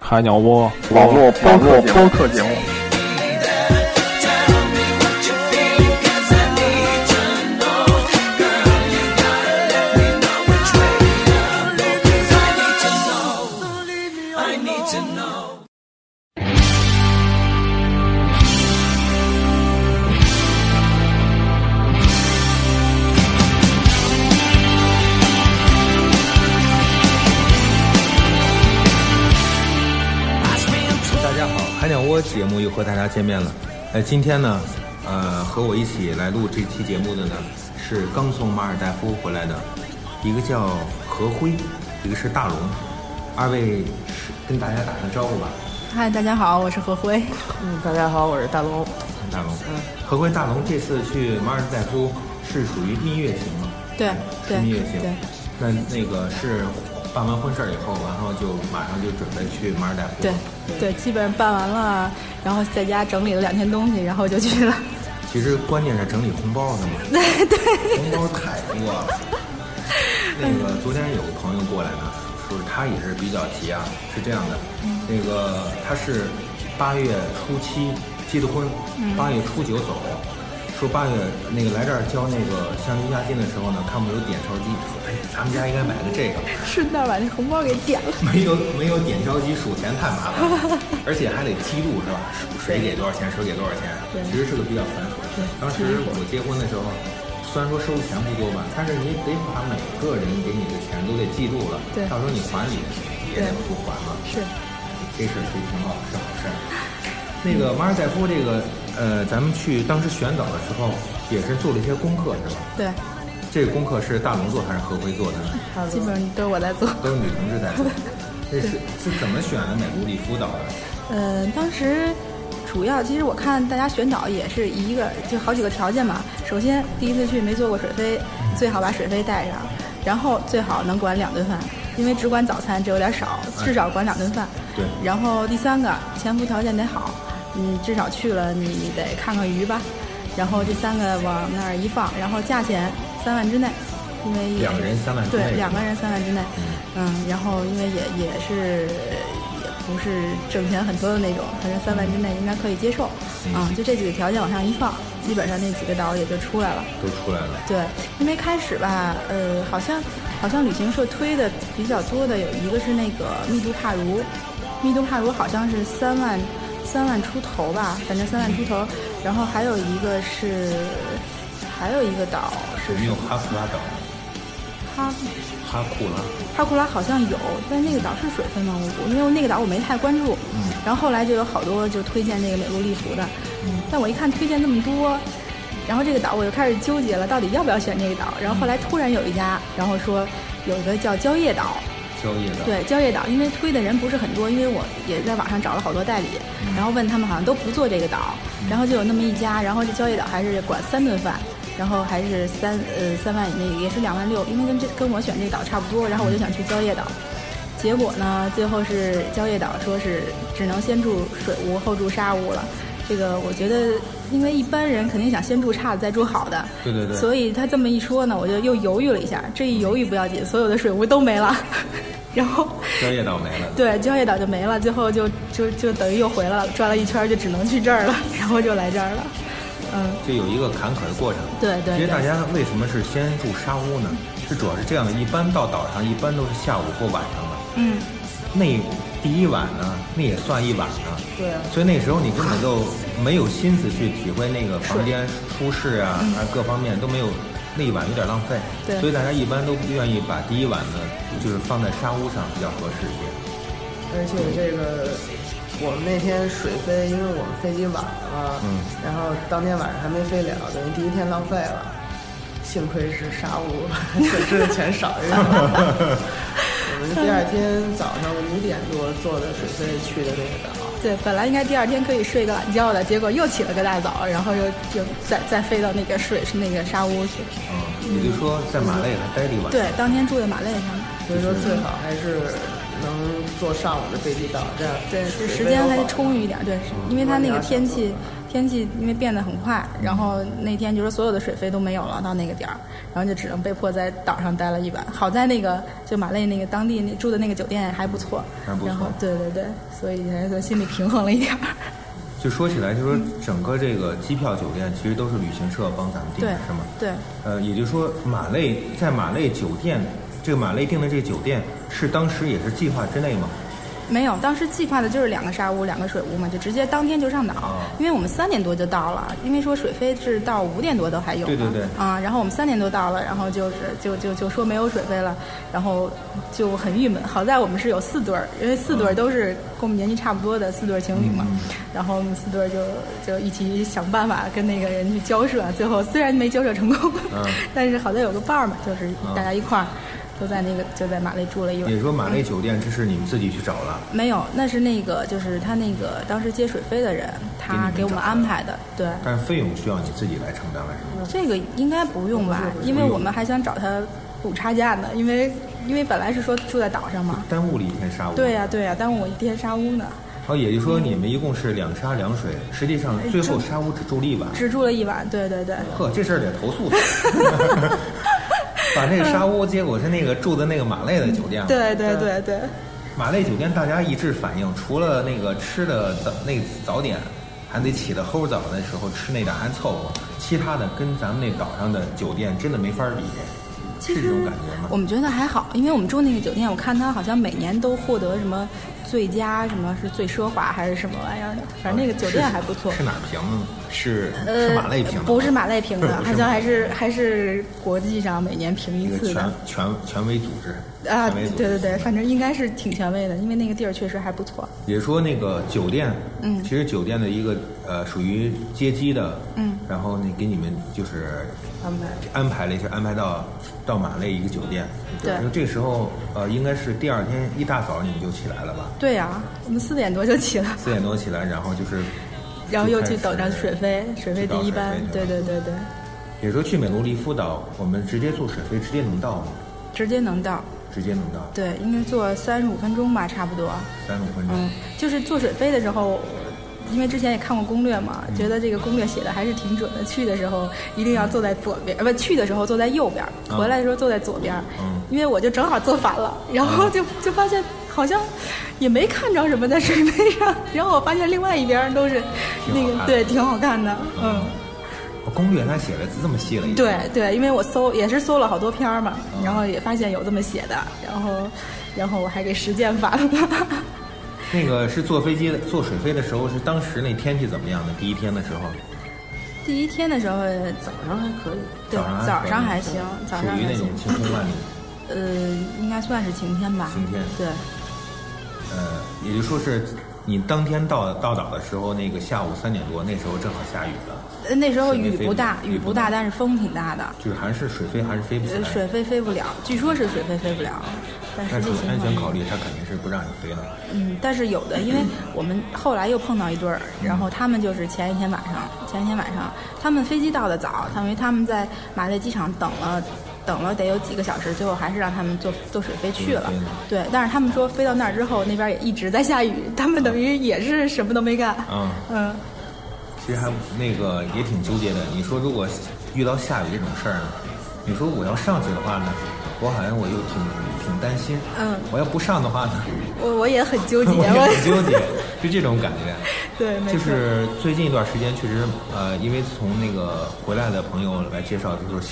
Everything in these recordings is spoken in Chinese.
海鸟窝网络播客播客节目。大家好，海鸟窝节目又和大家见面了。呃，今天呢，呃，和我一起来录这期节目的呢是刚从马尔代夫回来的，一个叫何辉，一个是大龙。二位是跟大家打声招呼吧。嗨，大家好，我是何辉。嗯，大家好，我是大龙。嗯大龙，何辉，大龙这次去马尔代夫是属于蜜月行吗？对是对蜜月行对。那那个是办完婚事儿以后，然后就马上就准备去马尔代夫。对对，基本上办完了，然后在家整理了两天东西，然后就去了。其实关键是整理红包呢嘛。 对对，红包太多 了。那个昨天有个朋友过来呢，说他也是比较急啊，是这样的，那个他是八月初七结的婚，八月初九走的。说八月那个来这儿交那个相亲押金的时候呢，看我们有点钞机，说哎，咱们家应该买个这个，顺道把那红包给点了。没有没有点钞机数钱太 麻烦了，而且还得记录是吧？谁给多少钱，谁给多少钱，其实是个比较繁琐的事。当时我结婚的时候，虽然说收的钱不多吧，但是你得把每个人给你的钱都得记录了，对到时候你还礼也得不还了，是，这事儿其实挺好，是好事儿。那嗯个马尔代夫这个，呃，咱们去当时选岛的时候也是做了一些功课，是吧？对，这个功课是大龙做还是何辉做的呢？基本上都是我在做。都是女同志在做。这是是怎么选的美国里夫岛的？呃，当时主要其实我看大家选岛也是一个就好几个条件嘛。首先第一次去没坐过水飞，最好把水飞带上，然后最好能管两顿饭，因为只管早餐这有点少，至少管两顿饭。对然后第三个潜伏条件得好，你至少去了你得看看鱼吧。然后这三个往那儿一放，然后价钱三万之内，因为也两个人三万之内啊对，两个人三万之内，嗯，然后因为也也是也不是挣钱很多的那种，反正三万之内应该可以接受，嗯，就这几个条件往上一放，基本上那几个岛也就出来了。都出来了。对，因为开始吧，呃，好像好像旅行社推的比较多的有一个是那个密度帕如，密度帕如好像是三万三万出头吧，反正三万出头，然后还有一个是还有一个岛是有没有哈库拉岛？哈哈库拉，哈库拉好像有，但那个岛是水分吗？我我因为那个岛我没太关注，然后后来就有好多就推荐那个美露丽芙的，但我一看推荐那么多，然后这个岛我就开始纠结了，到底要不要选这个岛？然后后来突然有一家，然后说有一个叫蕉叶岛，交易岛。对，蕉叶岛，因为推的人不是很多，因为我也在网上找了好多代理，然后问他们好像都不做这个岛，然后就有那么一家，然后这蕉叶岛还是管三顿饭，然后还是三呃三万以内，也是两万六，因为跟这跟我选这个岛差不多，然后我就想去蕉叶岛，结果呢，最后是蕉叶岛说是只能先住水屋后住沙屋了，这个我觉得。因为一般人肯定想先住差的再住好的，对对对所以他这么一说呢，我就又犹豫了一下。这一犹豫不要紧，所有的水屋都没了， 然后交易岛没了。对，蕉叶岛就没了，最后就就就等于又回来了，转了一圈儿就只能去这儿了， 然后就来这儿了。嗯，就有一个坎坷的过程。对对其实对大家为什么是先住沙屋呢？是主要是这样的，一般到岛上一般都是下午或晚上的。嗯，那第一晚呢，那也算一晚呢。对啊所以那时候你根本就没有心思去体会那个房间舒适啊，啊各方面都没有，那一晚有点浪费。嗯对所以大家一般都不愿意把第一晚呢，就是放在沙屋上比较合适一些。而且这个我们那天水飞，因为我们飞机晚了，嗯，然后当天晚上还没飞了，等于第一天浪费了。幸亏是沙屋，损失的全少 一点。我们第二天早上五点多坐的水飞去的那个岛，对，本来应该第二天可以睡个懒觉的，结果又起了个大早，然后又又再再飞到那个水是那个沙屋去。嗯，也就是说在马累还待了一晚上。对，当天住在马累上，所以说最好还是能坐上午的飞机到，这样对，就水时费间都还好充裕一点，对，嗯因为它那个天气天气因为变得很快，然后那天就是所有的水费都没有了，到那个点儿，然后就只能被迫在岛上待了一晚。好在那个就马累那个当地那住的那个酒店还不错，还不错然后对对对，所以还算心里平衡了一点儿。 就说起来，就说整个这个机票、酒店其实都是旅行社帮咱们订对的，是吗？对，呃，也就是说，马累在马累酒店，这个马累订的这个酒店是当时也是计划之内吗？没有，当时计划的就是两个沙屋、两个水屋嘛，就直接当天就上岛，啊因为我们三点多就到了，因为说水费是到五点多都还有对嘛，对对啊，然后我们三点多到了，然后就是就就就说没有水费了，然后就很郁闷。好在我们是有四对儿，因为四对儿都是跟我们年纪差不多的四对儿情侣嘛，嗯然后我们四对儿就就一起想办法跟那个人去交涉，最后虽然没交涉成功，嗯 但是好在有个伴儿嘛，就是大家一块儿都在那个就在马累住了一晚也。就是说，马累酒店这是你们自己去找了，没有，那是那个，就是他那个当时接水费的人，他给我们安排的。对，但是费用需要你自己来承担了，是吗？这个应该嗯不用吧？因为我们还想找他补差价呢，因为因为本来是说住在岛上嘛。耽误了一天沙屋。嗯对呀、嗯对呀、耽误我一天沙屋呢，哦，也就是说你们一共是两沙两水，实际上哎最后沙屋只住了一晚。只住了一晚。对对对，呵，这事儿得投诉他。 把那个沙屋，结果是那个住的那个马累的酒店。对对对对，马累酒店大家一致反映，除了那个吃的早那个早点，还得起得齁早的时候吃那点还凑合，其他的跟咱们那岛上的酒店真的没法比，其是这种实感觉吗？我们觉得还好，因为我们住那个酒店，我看他好像每年都获得什么最佳什么是最奢华还是什么玩意儿的，反正那个酒店还不错。是哪儿评的？是呃，是马累评的？不是马累评 不是的，马好像还是还是国际上每年评一一个次权的。权权威组织啊，权对威组织对对，反正应该是挺权威的，因为那个地儿确实还不错。也说那个酒店，嗯其实酒店的一个呃属于接机的，嗯，然后你给你们就是安排安排了一下，安排到到马累一个酒店，对然后这时候呃应该是第二天一大早你们就起来了吧，对呀、我们四点多就起了，四点多起来，然后就是，然后又去就等开着始水飞，水飞去第等一水班飞，对对对对，也说去美罗利夫岛，我们直接坐水飞直接能到吗？直接能到。直接能到，对，应该坐三十五分钟吧，差不多。三十五分钟。嗯，就是坐水飞的时候，因为之前也看过攻略嘛，嗯觉得这个攻略写的还是挺准的。去的时候一定要坐在左边，呃不，去的时候坐在右边，啊回来的时候坐在左边。嗯因为我就正好坐反了，然后就就发现好像也没看着什么在水面上， 然后我发现另外一边都是挺那好个看对，挺好看的，嗯。我攻略它写的这么细了一点，对对，因为我搜也是搜了好多篇儿嘛，嗯然后也发现有这么写的，然后然后我还给实践反了。那个是坐飞机的，坐水飞的时候是当时那天气怎么样的？第一天的时候，第一天的时候早然后还可以。对，上早上还还可以行，早属上于还那行种，晴空万里，呃，应该算是晴天吧。晴天对，呃，也就说是你当天到到岛的时候，那个下午三点多，那时候正好下雨了，呃那时候水没雨飞不吗大，雨雨不不大大，但是风挺大的，就是还是水飞还是飞不起呃，来。水飞飞不了，据说是水飞飞不了，但实但际是情安全况。考虑，它肯定是不让你飞了。嗯，但是有的，因为我们后来又碰到一对儿，然后他们就是前一天晚上，前一天晚上，他们飞机到的早，他们他们在马累机场等了。等了得有几个小时，最后还是让他们坐坐水飞去了嗯。对，但是他们说飞到那儿之后，那边也一直在下雨，他们等于也是什么都没干。嗯嗯，其实还那个也挺纠结的。你说如果遇到下雨这种事儿呢，你说我要上去的话呢，我好像我又挺挺担心。嗯我要不上的话呢，我我也很纠结，我也我很纠结，就这种感觉。对，没就错。是最近一段时间，确实，呃，因为从那个回来的朋友来介绍，就是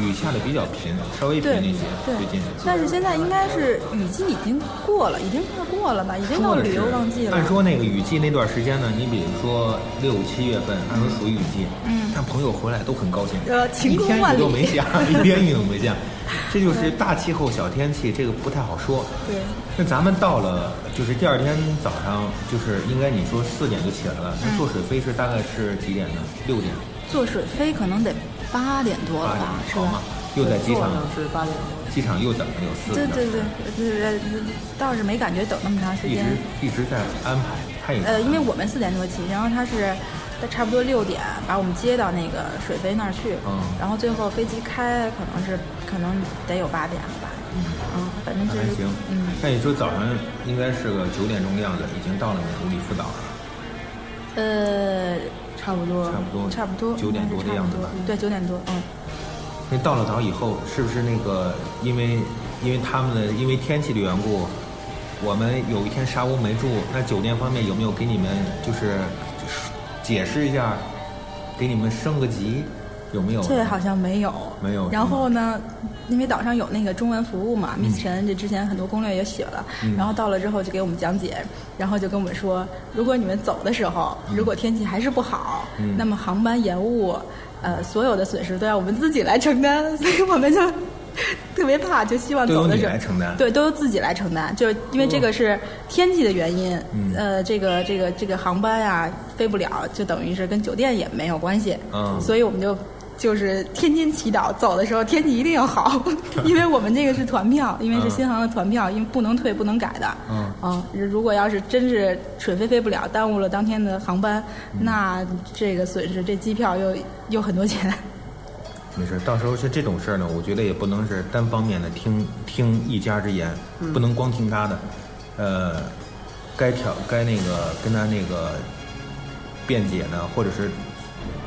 雨下的比较频，稍微频对一些。对最近，但是现在应该是雨季已经过了，已经快过了吧，已经到旅游旺季了。按说那个雨季那段时间呢，你比如说六七月份，按说属于雨季，嗯，但朋友回来都很高兴，呃晴空万里嗯一天雨都 没下，一天雨都没下，这就是大气候小天气，这个不太好说。对，那咱们到了，就是第二天早上，就是应该你说四点就起来了，嗯那坐水飞是大概是几点呢？六点。坐水飞可能得八点多了八点吧，是好吧吗？？又在机坐场，上是八点多，机场又等了有四对个小对时呃对，，对对，倒是没感觉等那么长时一间直。一直在安排。太远了呃，因为我们四点多起，然后他是他差不多六点把我们接到那个水飞那儿去，嗯然后最后飞机开可能是可能得有八点了吧，嗯，反正那就还是行。嗯，那你说早上应该是个九点钟的样子，已经到了你的五里福岛了，呃，差不多差不多，差不多九点应该多是的差样不子吧。对，九点多，嗯，那到了岛以后，是不是那个因为因为他们的因为天气的缘故，我们有一天沙屋没住，那酒店方面有没有给你们就是就是解释一下，给你们升个级，有没有？这好像没有，没有然后是嗯呢，因为岛上有那个中文服务嘛，Miss 陈这之前很多攻略也写了，然后到了之后就给我们讲解，然后就跟我们说，如果你们走的时候，如果天气还是不好，嗯那么航班延误，呃，所有的损失都要我们自己来承担，所以我们就 特别怕，就希望都由走的你时候来承担对，都由自己来承担，就是因为这个是天气的原因，嗯呃，这个这个这个航班啊飞不了，就等于是跟酒店也没有关系，嗯所以我们就就是天天祈祷，走的时候天气一定要好， 因为我们这个是团票，因为是新航的团票，因为不能退不能改的，哦嗯如果要是真是水飞飞不了，耽误了当天的航班，嗯那这个损失这机票又又很多钱，没事，到时候是这种事儿呢，我觉得也不能是单方面的听听一家之言，不能光听他的，呃，该调该那个跟他那个辩解呢，或者是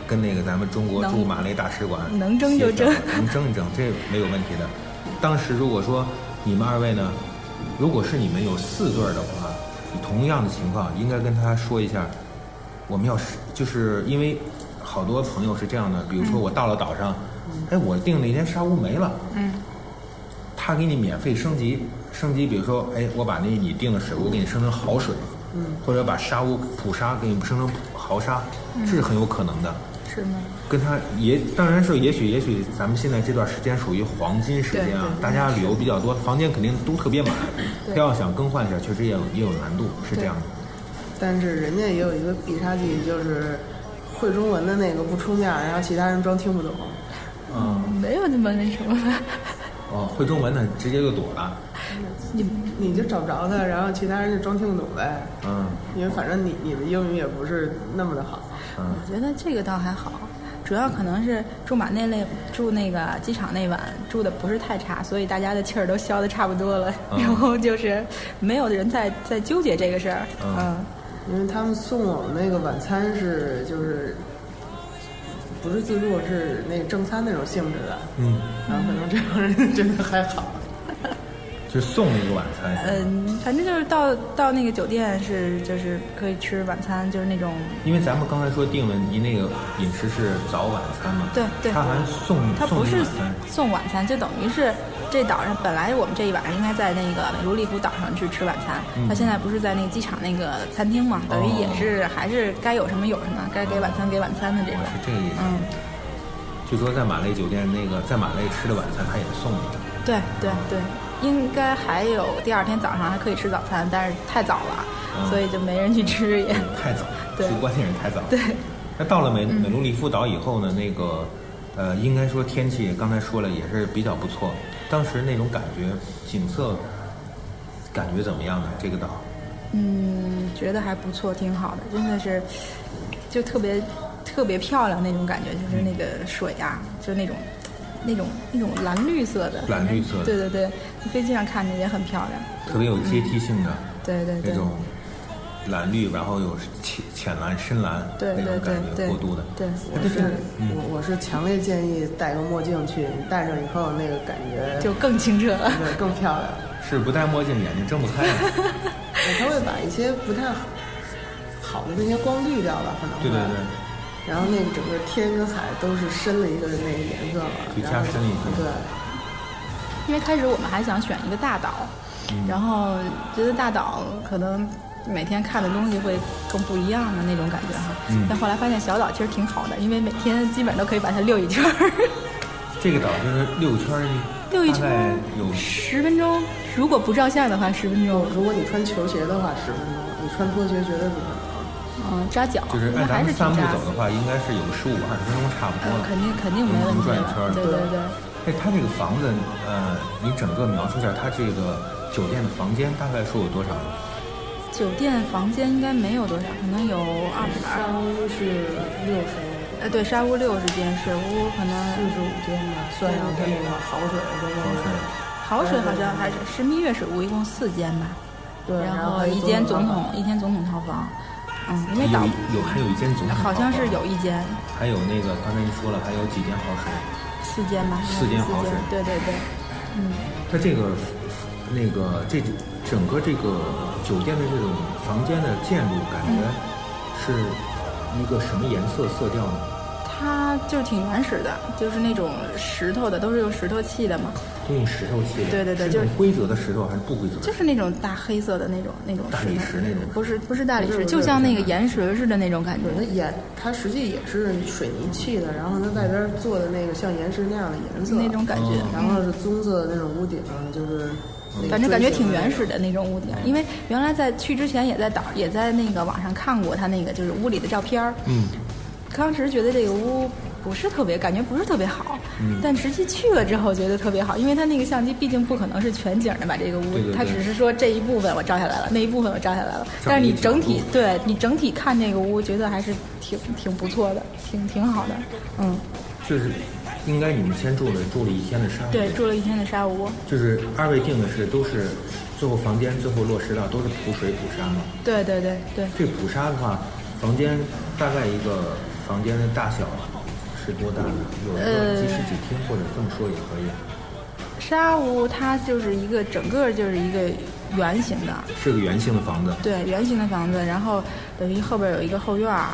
跟那个咱们中国能驻马来大使馆能争就争协调能争一争，这没有问题的。当时如果说你们二位呢，如果是你们有四对儿的话，你同样的情况应该跟他说一下，我们要是就是因为好多朋友是这样的，比如嗯说我到了岛上，哎，我订了一间沙屋没了，嗯，他给你免费升级，升级，比如说，哎，我把那你订的水屋给你升成好水，嗯，或者把沙屋普沙给你升成豪沙，嗯这是很有可能的。是吗？跟他也当然是，也许也许咱们现在这段时间属于黄金时间啊，大家旅游比较多，房间肯定都特别满，他要想更换一下，确实也有也有难度，是这样的。但是人家也有一个必杀技，就是会中文的那个不出面，然后其他人装听不懂。嗯，没有那么那什么吧，哦，会中文的直接就躲了，你你就找不着他，然后其他人就装听不懂呗。嗯因为反正你你的英语也不是那么的好，嗯。我觉得这个倒还好。主要可能是驻马那类住那个机场那晚住的不是太差，所以大家的气儿都消的差不多了，嗯然后就是没有的人在在纠结这个事儿，嗯因为他们送我们那个晚餐是就是不是自助，是那正餐那种性质的。嗯，然后可能这帮人就觉得还好。就送了一个晚餐。嗯，嗯，反正就是到到那个酒店是就是可以吃晚餐，就是那种因为咱们刚才说定了，你那个饮食是早晚餐嘛？对对他还送它送不你是晚餐。送晚餐，就等于是这岛上本来我们这一晚上应该在那个美卢利谷岛上去吃晚餐，嗯他、现在不是在那个机场那个餐厅嘛，等于也是、还是该有什么有什么，该给晚餐给晚餐的这种我。是这个意思。嗯，就说在马累酒店那个在马累吃的晚餐，他也送你的。对对对，应该还有第二天早上还可以吃早餐，但是太早了，嗯所以就没人去吃也。太早，嗯对是关键是太早。对， 那到了美嗯美卢里夫岛以后呢，那个呃，应该说天气刚才说了也是比较不错。当时那种感觉，景色感觉怎么样呢？这个岛，嗯，觉得还不错，挺好的，真的是，就特别特别漂亮那种感觉，就是那个水啊，就是那种那种那种蓝绿色的，蓝绿色的对对对，飞机上看着也很漂亮，特别有阶梯性的对对嗯对那，种蓝绿，然后有浅浅蓝、深蓝对那对种对感觉对，过渡的。对，我是嗯我我是强烈建议戴个墨镜去，你戴上以后那个感觉就更清澈了。对更 漂亮。是不戴墨镜眼睛睁不开啊。他会把一些不太好好的那些光滤掉吧，可能会对对对，然后那个整个天跟海都是深了一个那个颜色嘛，就加然后深了一个对，因为开始我们还想选一个大岛，嗯然后觉得大岛可能每天看的东西会更不一样的那种感觉哈。嗯但后来发现小岛其实挺好的，因为每天基本上都可以把它溜一圈儿，这个岛就是遛圈儿，溜一大圈概儿有十分钟，如果不照相的话十分钟，如果你穿球鞋的话十分钟，你穿拖鞋绝对不可能。嗯，扎脚，就是那按咱还们是挺散步扎走的话，应该是有十五二十分钟差不呃多了。肯定肯定没问题能转一圈了儿，对对对。哎，它这个房子，呃，你整个描述一下，它这个酒店的房间大概说有多少？酒店房间应该没有多少，可能有二百。商务是六十呃，对，沙屋六十间，水屋可四能十五间吧，算上它那个好水跟那对个好水好像还是是蜜月水屋，一共四间吧，对，然后后还有一间总统一间总统套房，嗯，因为岛有有还有一间总统套好房像是有一间还有那个刚才你说了，还有几间好水。四间吧，四间好水对对对，它这个那个这整个这个酒店的这种房间的建筑感觉嗯是一个什么颜色色调呢？它就是挺原始的，就是那种石头的，都是用石头砌的嘛，都用石头砌的，对对对是就那是种规则的石头还是不规则的石头？就是那种大黑色的那种那种大理石那种不是不是大理不石，是就像那个岩石似的那种感觉对，。它也，它实际也是水泥砌的，然后它外边做的那个像岩石那样的颜色，那种感觉，然后是棕色的那种屋顶，就是那个反正感觉锥形挺的原始的那种屋顶，因为原来在去之前也在岛也在那个网上看过他那个就是屋里的照片儿，嗯，当时觉得这个屋不是特别，感觉不是特别好，嗯但实际去了之后觉得特别好，因为他那个相机毕竟不可能是全景的把这个屋对对，对它只是说这一部分我照下来了，那一部分我照下来了，照但是你一整角体度对你整体看这个屋，觉得还是挺挺不错的，挺挺好的，嗯，就是应该你们先住了住了一天的沙对，住了一天的沙屋，就是二位定的是都是最后房间最后落实到都是普水普沙嘛？对对对对，这普沙的话，房间大概一个房间的大小是多大呢？有一个呃几室几厅或者这么说也可以。沙屋它就是一个整个就是一个圆形的，是个圆形的房子，对，圆形的房子，然后等于后边有一个后院儿，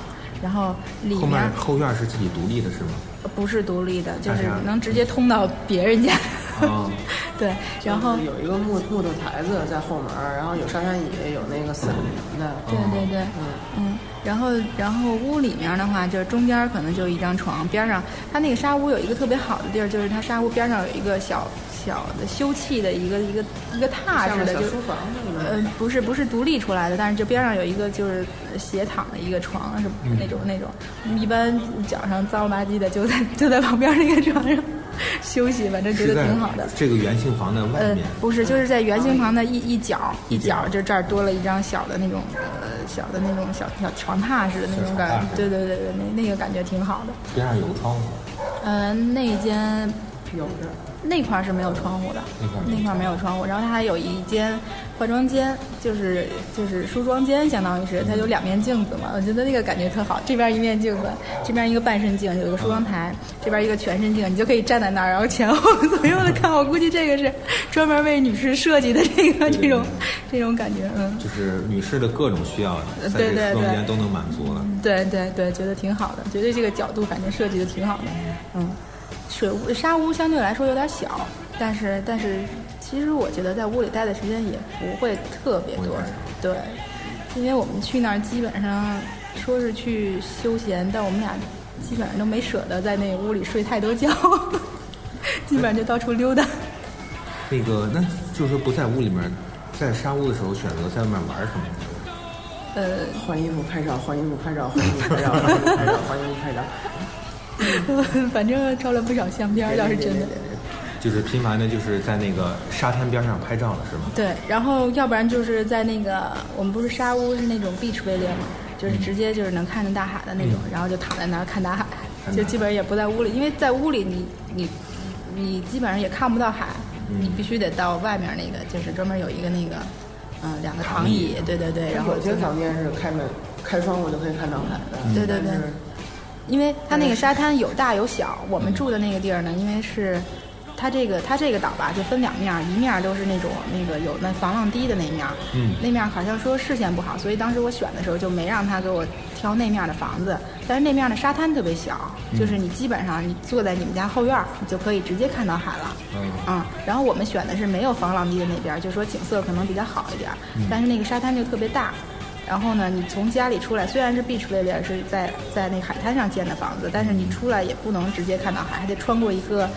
然后里后面面后院是自己独立的是吗？不是独立的，就是那啥能直接通到别人家。啊， 对，然后就是有一个木木头台子在后门儿，然后有沙滩椅，有那个伞什么的，对对对，嗯，然后然后屋里面的话，就是中间可能就一张床，边上它那个沙屋有一个特别好的地儿，就是它沙屋边上有一个小小的休憩的一个一个一个榻像似个的，小就书房似的。呃，不是不是独立出来的，但是就边上有一个就是斜躺的一个床，是那嗯种那种，一般脚上脏了吧唧的就在就在旁边那个床上休息，反正觉是得在挺好的。这个圆形房的外呃面，，嗯不是，就是在圆形旁的一一角一一角角，就这儿多了一张小的那种呃小的那种小小床榻似的那种感小床榻觉，对对对对，那那个感觉挺好的。边上有个窗户，呃，那间有的，那块儿是没有窗户的，那块那块儿没有儿没有窗户。然后它还有一间化妆间，就是就是梳妆间，相当于是它有两面镜子嘛。我觉得那个感觉特好，这边一面镜子，这边一个半身镜，有一个梳妆台，这边一个全身镜，你就可以站在那儿，然后前后左右的看。我估计这个是专门为女士设计的这个对对这种这种感觉，嗯，就是女士的各种需要，在呃这对个对空间对都能满足了。对对对，觉得挺好的，觉得这个角度反正设计的挺好的，嗯，水屋沙屋相对来说有点小，但是但是其实我觉得在屋里待的时间也不会特别不多会太长，对，因为我们去那儿基本上说是去休闲，但我们俩基本上都没舍得在那屋里睡太多觉， 基本上就到处溜达。那个，那就是不在屋里面，在沙屋的时候选择在外面玩什么？呃， 换衣服拍照，换衣服拍照，换衣服拍照，换衣服拍照，换衣服 拍照。反正照了不少相片儿，倒是真的。就是频繁的，就是在那个沙滩边上拍照了，是吗？对，然后要不然就是在那个我们不是沙屋是那种 beach villa 嘛，就是直接就是能看见大海的那种，然后就躺在那儿看大海，看大海就基本上也不在屋里，因为在屋里你你你基本上也看不到海，你必须得到外面那个，就是专门有一个那个，嗯、两个躺椅，对对对，然后有些房间是开门开窗户就可以看到海的，对对但是因为它那个沙滩有大有小，我们住的那个地儿呢，因为是它这个它这个岛吧，就分两面儿，一面儿都是那种那个有那防浪堤的那面儿，嗯那面儿好像说视线不好，所以当时我选的时候就没让他给我挑那面儿的房子，但是那面儿的沙滩特别小，就是你基本上你坐在你们家后院儿，你就可以直接看到海了。嗯，嗯，然后我们选的是没有防浪堤的那边儿，就说景色可能比较好一点儿，嗯但是那个沙滩就特别大。然后呢，你从家里出来，虽然是 beach villa 是在在那海滩上建的房子，但是你嗯出来也不能直接看到海，还得穿过一个，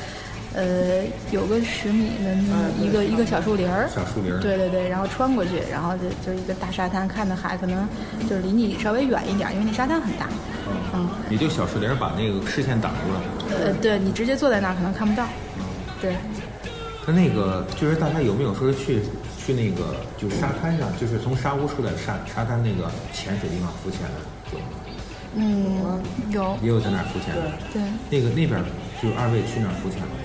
呃，有个十米的那一个、一个小树林儿，啊小树林儿对对对，然后穿过去，然后就就是一个大沙滩，看的海可能就是离你稍微远一点儿，因为那沙滩很大。嗯，也就小树林儿把那个视线挡住了。呃，对你嗯直接坐在那儿可能看不到。对，那那个就是大家有没有说去去那个就是沙滩上，就是从沙屋出来的沙沙滩那个潜水地方浮潜的，有吗嗯，有也有在那儿浮潜的。对那个那边儿就是二位去那儿浮潜了吗，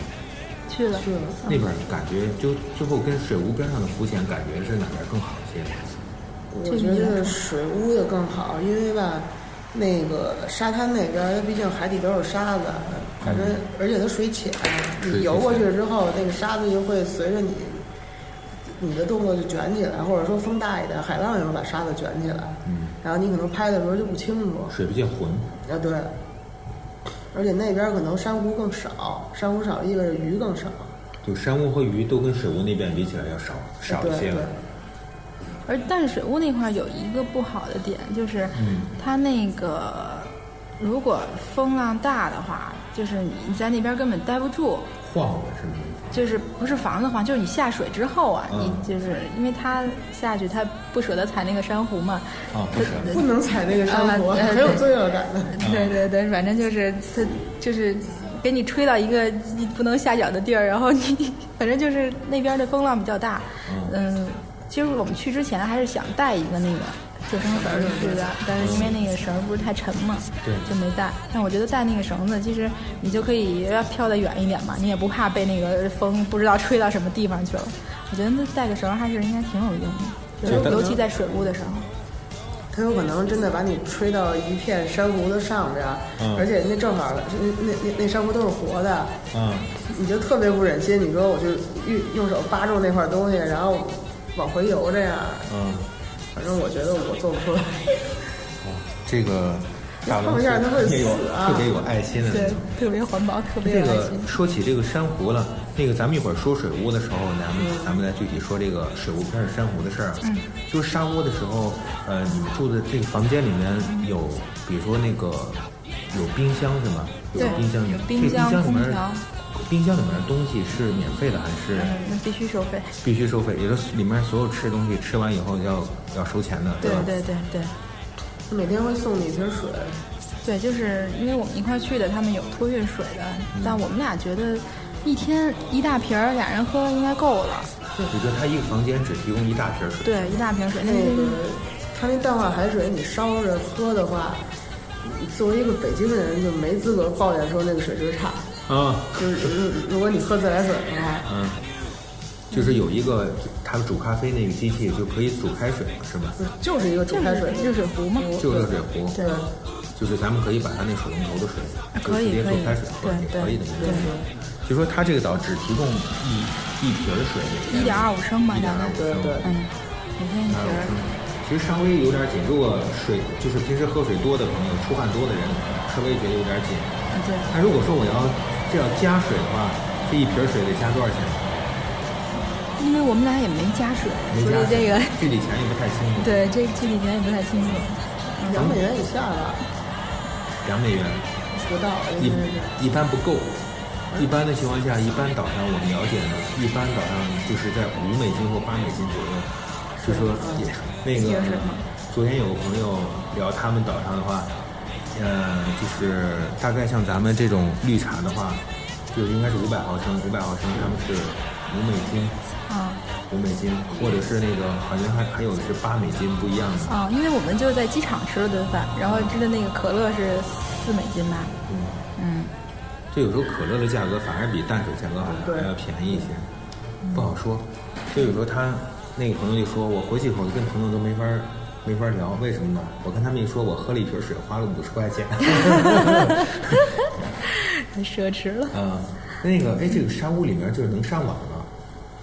去了，是那边儿感觉就最后跟水屋边上的浮潜感觉是哪边儿更好一些？我觉得水屋的更好，因为吧，那个沙滩那边儿，毕竟海底都是沙子，反正而且它水浅，嗯水你游过去浅之后，那个沙子就会随着你你的动作就卷起来，或者说风大一点，海浪也会把沙子卷起来，嗯然后你可能拍的时候就不清楚。水不见魂，啊，对，而且那边儿可能珊瑚更少，珊瑚少意味着鱼更少。就珊瑚和鱼都跟水屋那边比起来要少少一些了。而但是水屋那块儿有一个不好的点，就是嗯它那个如果风浪大的话，就是你你在那边根本待不住。晃了是不是？就是不是房子晃，就是你下水之后啊，嗯你就是因为它下去，它不舍得踩那个珊瑚嘛，啊，不是，不能踩那个珊 瑚，啊对很有罪恶感的。 对对对，反正就是它就是给你吹到一个你不能下脚的地儿，然后你反正就是那边的风浪比较大。嗯，其实我们去之前还是想带一个那个救生绳儿去的，但是因为那个绳儿不是太沉嘛，对就没带。但我觉得带那个绳子，其实你就可以飘得远一点嘛，你也不怕被那个风不知道吹到什么地方去了。我觉得那带个绳儿还是应该挺有用的，对尤但尤其在水屋的时候。它有可能真的把你吹到一片珊瑚的上边儿，嗯而且那正好了，那那那那珊瑚都是活的，嗯，你就特别不忍心。你说我就用用手扒住那块东西，然后往回游这样，嗯，反正我觉得我做不出来。这个大晃龙一下它会也有死啊特别有爱心的那对种。，特别环保，特别这有爱个心。说起这个珊瑚了，那个咱们一会儿说水屋的时候，咱们嗯咱们再具体说这个水屋边儿珊瑚的事儿。嗯，就是沙屋的时候，呃，你们住的这个房间里面有，比如说那个有冰箱是吗？有对冰箱，有这冰冰箱箱里空面调，冰箱里面的东西是免费的还是嗯，那必须收费。必须收费？也就是里面所有吃的东西吃完以后要要收钱的，对吧？对对对每天会送你一瓶水，对，就是因为我们一块儿去的，他们有托运水的，嗯但我们俩觉得一天一大瓶儿，俩人喝应该够了。也就是他一个房间只提供一大瓶水。对，一大瓶水，那那个个它那淡化海水你烧着喝的话，你作为一个北京人就没资格抱怨说那个水质差。啊，就是如如果你喝自来水的话，嗯，就是有一个它煮咖啡那个机器就可以煮开水，是吧？就是一个煮开水，热水壶嘛，就是热水壶，对，就是咱们可以把它那水龙头的水，就可以直啊接可做以开水喝，对也对可以的，没问题。就说它这个岛只提供一一瓶儿水，一点二五升吧，一点大二概五升，对对嗯，每天一瓶儿。其实稍微有点紧，如果水就是平时喝水多的朋友，出汗多的人，稍微觉得有点紧。啊对，那如果说我要这要加水的话，这一瓶儿水得加多少钱？因为我们俩也没加水，没所加以水这个具体钱也不太清楚。对这这几年也不太清楚。两美元以下吧，两美元，不到应该一是。一般不够。一般的情况下，一般岛上我们了解呢，一般岛上就是在五美金或八美金左右。就说也那个，昨天有个朋友聊他们岛上的话，呃，就是大概像咱们这种绿茶的话，就应该是五百毫升，五百毫升他们是五美金，啊五美金，或者是那个好像还还有的是八美金，不一样的。啊，因为我们就在机场吃了顿饭，然后吃的那个可乐是四美金吧，嗯。就有时候可乐的价格反而比淡水价格好像还要便宜一些，不好说。就有时候他那个朋友就说，我回去以后跟朋友都没法儿没法儿聊，为什么呢？我跟他们一说，我喝了一瓶水，花了五十 块钱。太奢侈了。嗯，那个哎，这个山屋里面就是能上网吗？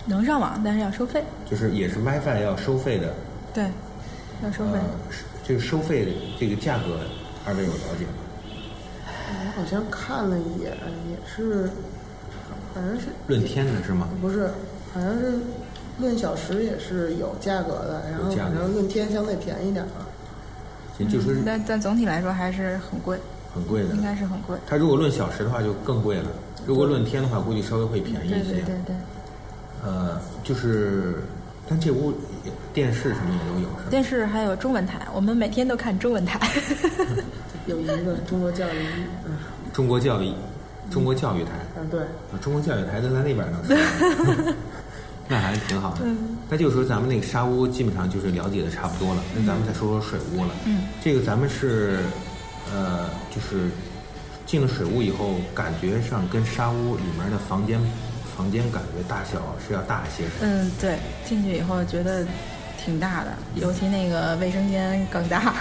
能上网，但是要收费。就是也是 WiFi 要收费的，对，要收费呃。，这个收费的这个价格，二位有了解吗？我哎好像看了一眼，也是，反正是论天的是吗？不是，好像是论小时也是有价格的，然后有价格反正论天相对便宜点儿啊吧。就就是但但总体来说还是很贵，很贵的嗯应。该是很贵。它如果论小时的话就更贵了，如果论天的话，估计稍微会便宜对一些。对对对，呃，就是，但这屋也电视什么也都有，是吧？电视还有中文台，我们每天都看中文 台。有一个中国教育，嗯，中国教育，中国教育台，啊对， 啊中国教育台都在那边呢。是吧 那还是挺好的。嗯那这个时候咱们那个沙屋基本上就是了解的差不多了，那咱们再说说水屋了。嗯，这个咱们是，呃，就是进了水屋以后，感觉上跟沙屋里面的房间房间感觉大小是要大一些，是吧嗯，对，进去以后觉得挺大的，尤其那个卫生间更大。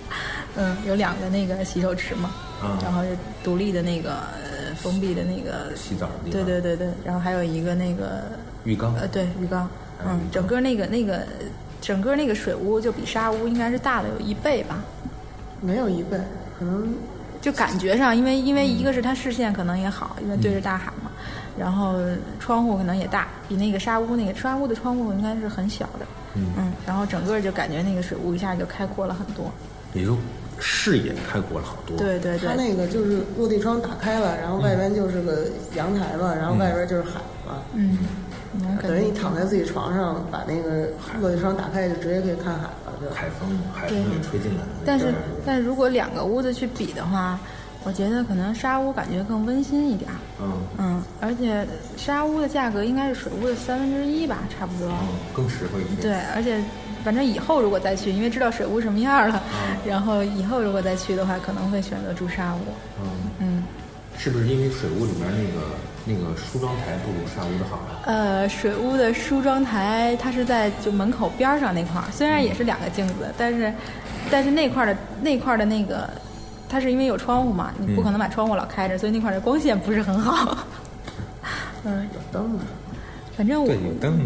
嗯，有两个那个洗手池嘛，嗯然后是独立的那个呃封闭的那个洗澡的地方对对对对，然后还有一个那个浴缸。呃对浴缸，还有嗯浴缸，整个那个那个整个那个水屋就比沙屋应该是大了有一倍吧，没有一倍，可能就感觉上，因为因为一个是它视线可能也好，因为对着大海嘛，嗯然后窗户可能也大，比那个沙屋那个沙屋的窗户应该是很小的，嗯然后整个就感觉那个水屋一下就开阔了很多，也就视野开阔了好多。，对对它对，那个就是落地窗打开了，然后外边就是个阳台嘛，然后外边就是海嘛。嗯，你能感啊等于觉你躺在自己床上，把那个落地窗打开，就直接可以看海了，就海风海风也吹进来了。但是那边但如果两个屋子去比的话，我觉得可能沙屋感觉更温馨一点儿，嗯嗯，而且沙屋的价格应该是水屋的三分之一吧，差不多，嗯更实惠一些。对，而且反正以后如果再去，因为知道水屋什么样了，然后以后如果再去的话，可能会选择住沙屋。嗯，嗯，是不是因为水屋里面那个那个梳妆台不如沙屋的好啊？呃，水屋的梳妆台它是在就门口边儿上那块儿，虽然也是两个镜子，但是但是那块儿的那块儿的那个，它是因为有窗户嘛，你不可能把窗户老开着，所以那块儿的光线不是很好。 嗯，灯嘛。反正我对，有 灯，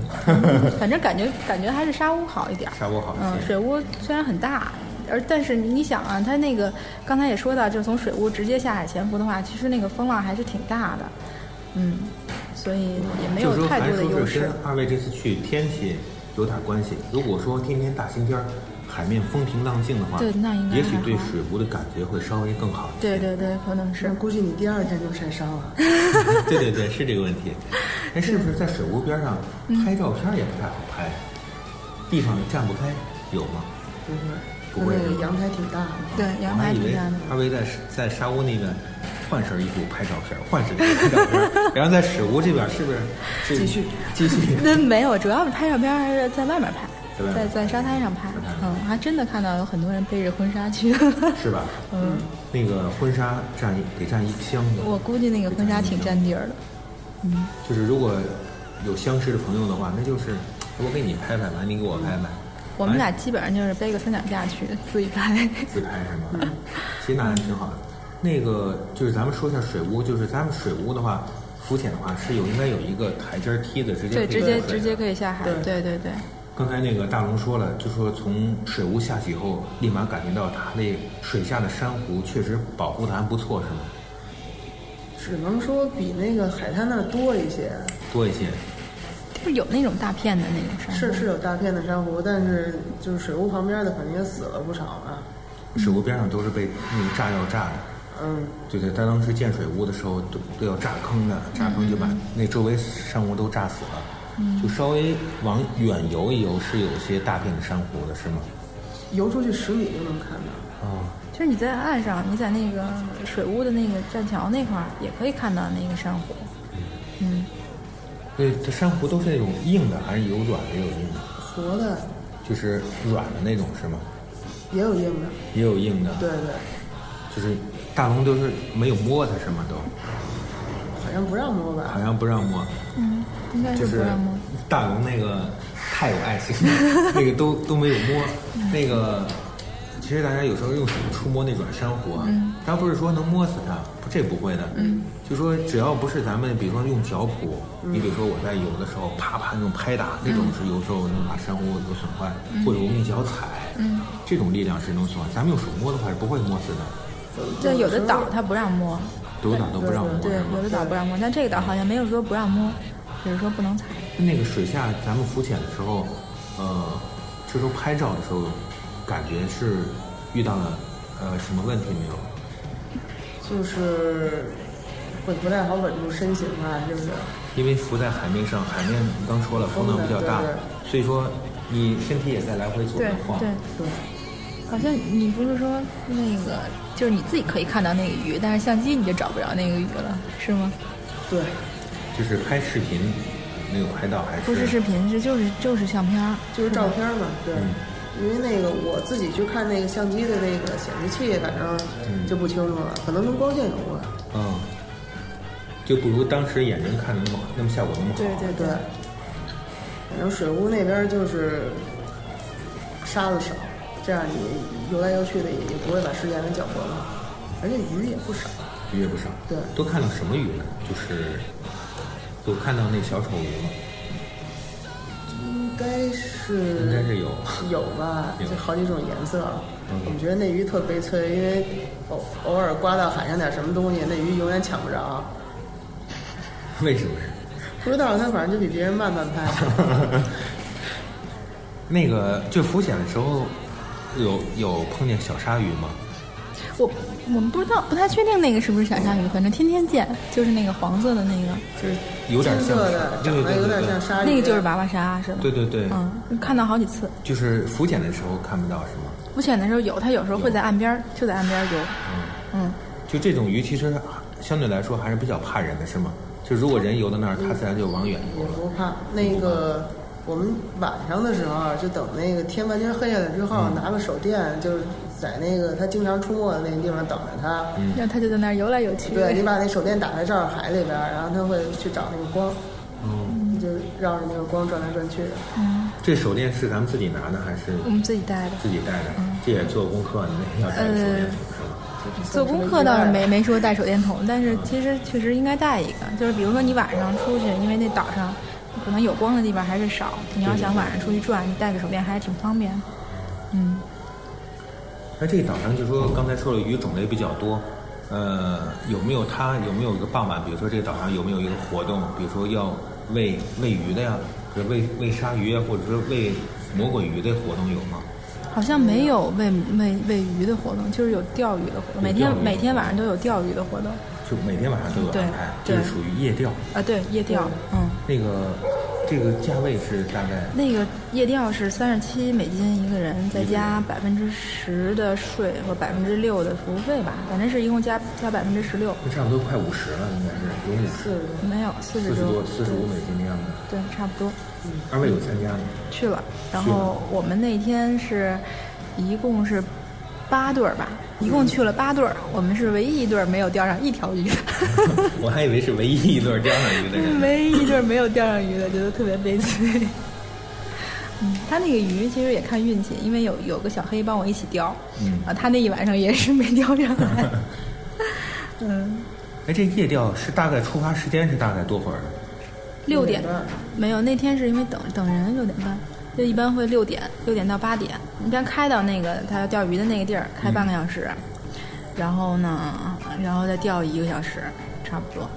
反正感觉感觉还是沙屋好一点儿。沙屋好嗯一，些。水屋虽然很大，而但是你想啊，它那个刚才也说到，就是从水屋直接下海潜伏的话，其实那个风浪还是挺大的，嗯，所以也没就有是说太还多是的说优是势跟。二位这次去天气有点关系。如果说天天大晴天儿，海面风平浪静的话，对那应该也许还对好水屋的感觉会稍微更好一些。对对对，可能是那。估计你第二天就晒伤了。 对对对，是这个问题。哎，是不是在水屋边上嗯拍照片也不太好拍？地上站不开，有吗？它不那会个是吧阳台挺大的，对，我阳还台以挺为大的。二位在在沙屋那边换身衣服拍照片，换身衣服拍照片， 然后在水屋这边是不是是继续继续？ 那没有，主要是拍照片还是在外面在外拍，面在在沙滩上拍沙滩。嗯，上还真的看到有很多人背着婚纱去。是吧？嗯，那个婚纱占一得占一箱子，我估计那个婚纱挺占地儿的。就是如果有相识的朋友的话，那就是我给你拍拍，完你给我拍拍，嗯我们俩完基本上就是背个三脚架去自己拍。自拍是嗯吗？其实那还挺好的。那个就是咱们说一下水屋，就是咱们水屋的话，浮潜的话是有应该有一个台阶儿梯子，直接 对，可以直接下水直接的可以下海。对对对。刚才那个大龙说了，就说从水屋下去以后，立马感觉到它那水下的珊瑚确实保护的还不错，是吗？只能说比那个海滩那儿多一些。多一些，就是有那种大片的那种山，是是有大片的珊瑚，但是就是水屋旁边的肯定也死了不少啊。水屋边上都是被那个炸药炸的。嗯，对对，他当时建水屋的时候都都要炸坑的，炸坑就把那周围珊瑚都炸死了。就稍微往远游一游，是有些大片的珊瑚的，是吗？游出去十米就能看到。啊、就是你在岸上，你在那个水屋的那个栈桥那块儿，也可以看到那个珊瑚。嗯，对，这珊瑚都是那种硬的，还是有软的，也有硬的，活的就是软的那种，是吗？也有硬的，也有硬的。对对，就是大龙都是没有摸它是吗？都好像不让摸吧好？像不让摸，应该就是不让摸。大龙那个太有爱心 了，那个都都没有摸。嗯那个其实大家有时候用手触摸那软珊瑚啊，嗯它不是说能摸死它，不这不会的。就说只要不是咱们，比如说用脚蹼，嗯你比如说我在有的时候啪啪那种拍打，那种是有时候能把珊瑚有损坏，嗯或者我用脚踩，这种力量是能损坏。咱们用手摸的话是不会摸死的，对，有的岛它不让摸，多哪都不让摸。对是吗，有的岛不让摸，但这个岛好像没有说不让摸，只是说不能踩。那个水下，咱们浮潜的时候，呃，这时候拍照的时候，感觉是遇到了呃什么问题没有？就是会不太好稳住身形啊，是不是？因为浮在海面上，海面你刚说了风浪比较大对对，所以说你身体也在来回左右对晃。对对，好像你不是说那个，就是你自己可以看到那个鱼，但是相机你就找不着那个鱼了，是吗？对，就是拍视频，那种拍到还是不是视频，是就是就是相片儿，就是照片嘛，对嗯。因为那个我自己去看那个相机的那个显示器，反正就不清楚了，可能跟光线有关。嗯，就不如当时眼睛看的那么好那么效果那么好。对对，反正水屋那边就是沙子少，这样你游来游去的也也不会把时间给搅浑了，而且鱼也不少。鱼也不少。对都看到什么鱼呢？就是有看到那小丑鱼吗？应该是应该是有。 有吧，有就好几种颜色。嗯我们觉得那鱼特悲催，因为偶偶尔刮到海上点什么东西，那鱼永远抢不着。为什么呀？不知道它反正就比别人慢半 拍。那个就浮潜的时候有有碰见小鲨鱼吗？我我们不知道，不太确定那个是不是小鲨鱼，反正天天见，就是那个黄色的那个，就是有点金像色鲨的，对长对得对有对点对，像鲨鱼。那个就是娃娃鲨是吗？对对对，嗯，看到好几次。就是浮潜的时候看不到是吗？浮潜的时候有，它有时候会在岸边儿，就在岸边儿游。嗯，就这种鱼其实啊相对来说还是比较怕人的是吗？就如果人游到那儿，它自然就往远游也了。不怕。那个我们晚上的时候啊，就等那个天完全黑下来之后，拿个手电，就是在那个它经常出没的那个地方等着它。嗯然后它就在那儿游来游去。对你把那手电打在照海里边儿，然后它会去找那个光，嗯，就绕着那个光转来转去的。这手电是咱们自己拿的还是我嗯们自己带的。自己带的？这也做功课，你要带手电筒是吗？做功课倒是没没说带手电筒，但是其实确实应该带一个。就是比如说你晚上出去，因为那岛上可能有光的地方还是少，你要想晚上出去转，你带个手电还是挺方便。嗯，那这个岛上就说刚才说了鱼种类比较多，呃，有没有它有没有一个傍晚？比如说这个岛上有没有一个活动？比如说要喂喂鱼的呀，比如喂喂鲨鱼啊，或者说喂魔鬼鱼的活动有吗？好像没有喂喂喂鱼的活动，就是有钓鱼的活动，每天有钓鱼每天晚上都有钓鱼的活动。就每天晚上都有对安排，就对是属于夜钓。啊，对，夜钓，嗯。那个这个价位是大概那个夜钓是三十七美金一个人，再加百分之十的税和百分之六的服务费吧，反正是一共加加百分之十六，那差不多快五十了，应该是有是五没有四十四十多多，四十五美金的样子。对，差不多二位有参加吗？ 去了。然去了后我们那天是一共是八对儿吧，一嗯共去了八对儿，我们是唯一一对儿没有钓上一条鱼的，我还以为是唯一一对钓上鱼的人。唯一一对儿 没有钓上鱼的，觉得特别悲催。 嗯，他那个鱼其实也看运气，因为有有个小黑帮我一起钓，嗯啊，他那一晚上也是没钓上 来。嗯，哎，这夜钓是大概出发时间是大概多会儿呢？啊六点半儿没有，那天是因为等等人，六点半，就一般会六点六点到八点，一般开到那个他要钓鱼的那个地儿，开嗯半个小时，然后呢，然后再钓一个小时，差不多。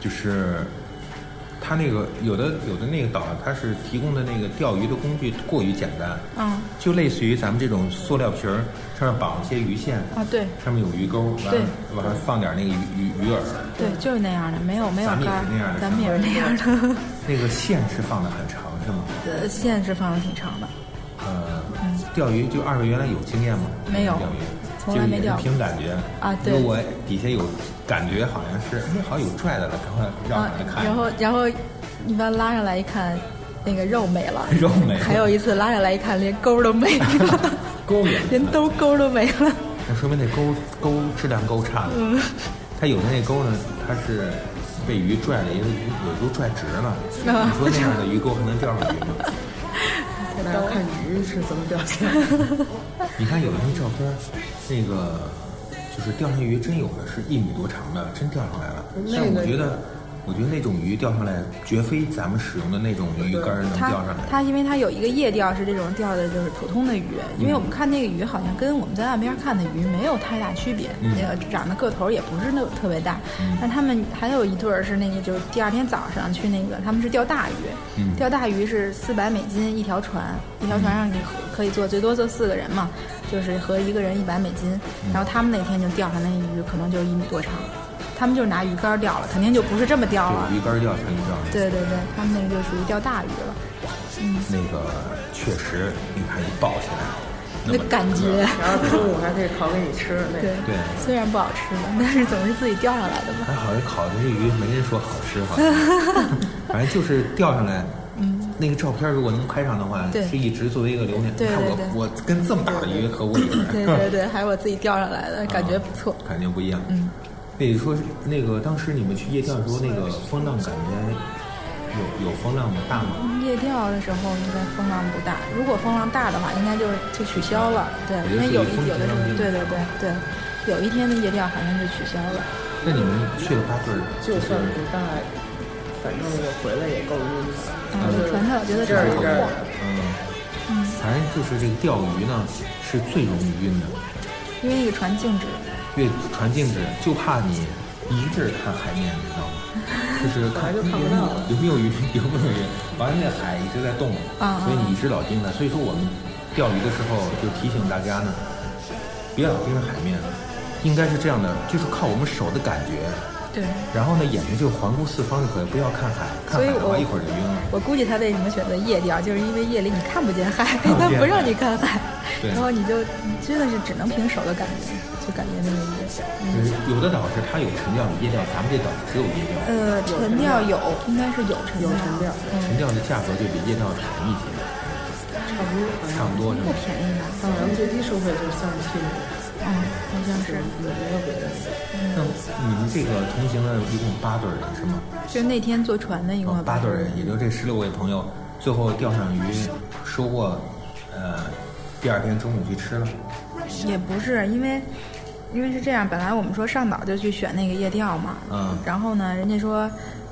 就是它那个有的有的那个岛，它是提供的那个钓鱼的工具过于简单，嗯，就类似于咱们这种塑料瓶儿上面绑一些鱼线，啊，对上面有鱼钩，完对了往上放点那个鱼鱼鱼饵，对，就是那样的，没有没有咱们也杆是那样儿的，咱们也是那样的。那个线是放的很长是吗？ 呃，线是放的挺长的，呃，钓鱼就二位原来有经验吗？嗯没有钓鱼从来没钓就是也是凭感觉啊对如果我底下有感觉，好像是哎，好像有拽的了，赶快绕上来看一看。啊然后然后一般拉上来一看，那个肉没了， 肉没了还有一次拉上来一看，连钩儿都没了， 钩也没了连兜钩儿都没了。那说明那钩钩质量够差的。嗯 它有的那钩呢，它是被鱼拽了，有的鱼有时候拽直 了。啊你说那样的鱼钩还能钓上鱼吗？那要看鱼是怎么表 现。你看有的那照片儿，那个就是钓上鱼，真有的是一米多长的，真钓上来了。那但个我觉得，我觉得那种鱼钓上来，绝非咱们使用的那种鱼竿儿能它钓上来。它因为它有一个夜钓是这种钓的，就是普通的鱼，因嗯为我们看那个鱼好像跟我们在岸边看的鱼没有太大区别，嗯那个长得个头也不是那特别大。但他们还有一对儿是那个，就是第二天早上去那个，他们是钓大鱼，嗯钓大鱼是四百美金一条船，一条船上你可可以坐最多坐四个人嘛，就是和一个人一百美金。嗯然后他们那天就钓上那鱼，可能就一米多长，他们就是拿鱼竿钓了，肯定就不是这么钓了对，。鱼竿儿钓才能钓上来。对对对，他们那个就属于钓大鱼了。那个确实，你看一抱起来，那那么感觉，然后中午还可以烤给你吃，那对对虽然不好吃吧， 但是总是自己钓上来的 嘛。还好这烤的这鱼没人说好吃哈， 反正就是钓上来，那个照片如果能拍上的话，嗯对是一直作为一个留念。对对看对我我跟这么大的鱼合我一块儿，对对对，还是我自己钓上来的，感觉不错。感觉不一样。嗯，那你说那个当时你们去夜钓的时候，那个风浪感觉有有风浪吗？大吗？夜钓的时候应该风浪不大，如果风浪大的话，应该就是就取消了。对，我觉因得为是有一风一有的时平候浪，静对对对对，有一天的夜钓好像是取消了。那你们去了八字儿，就算是不大，反正我回来也够晕的。嗯，反正我觉得这儿挺一不阵错儿，嗯，反正就是这个钓鱼呢是最容易晕的，因为那个船静止。越船静止，就怕你一直看海面，你知道吗？就是看就看不到了有没有鱼， 有没有鱼。完了，那海一直在动，啊所以你一直老盯着。所以说我们钓鱼的时候就提醒大家呢，别老盯着海面，应该是这样的，就是靠我们手的感觉，对，然后呢眼睛就环顾四方就可以，不要看海，所看海以的我话一会儿就晕了。我估计他为什么选择夜钓，就是因为夜里你看不见海，他 不让你看海，对然后你就你真的是只能凭手的感觉，就感觉那个意思。就是有的岛是它有晨钓有夜钓，咱们这岛只有夜钓。呃，沉钓有，应该是有沉钓，有沉钓，晨钓的价格就比夜钓便宜一些，差不多，差不多是不吧？便宜吧？当然最低收费就是三十七美，嗯，好像是。每一个鬼那你们这个同行的一共八对儿人是吗？就是那嗯天坐船的一共哦有八对儿人，也就这十六位朋友，最后钓上鱼，收获，呃，第二天中午去吃了。也不是因为，因为是这样，本来我们说上岛就去选那个夜钓嘛，嗯然后呢，人家说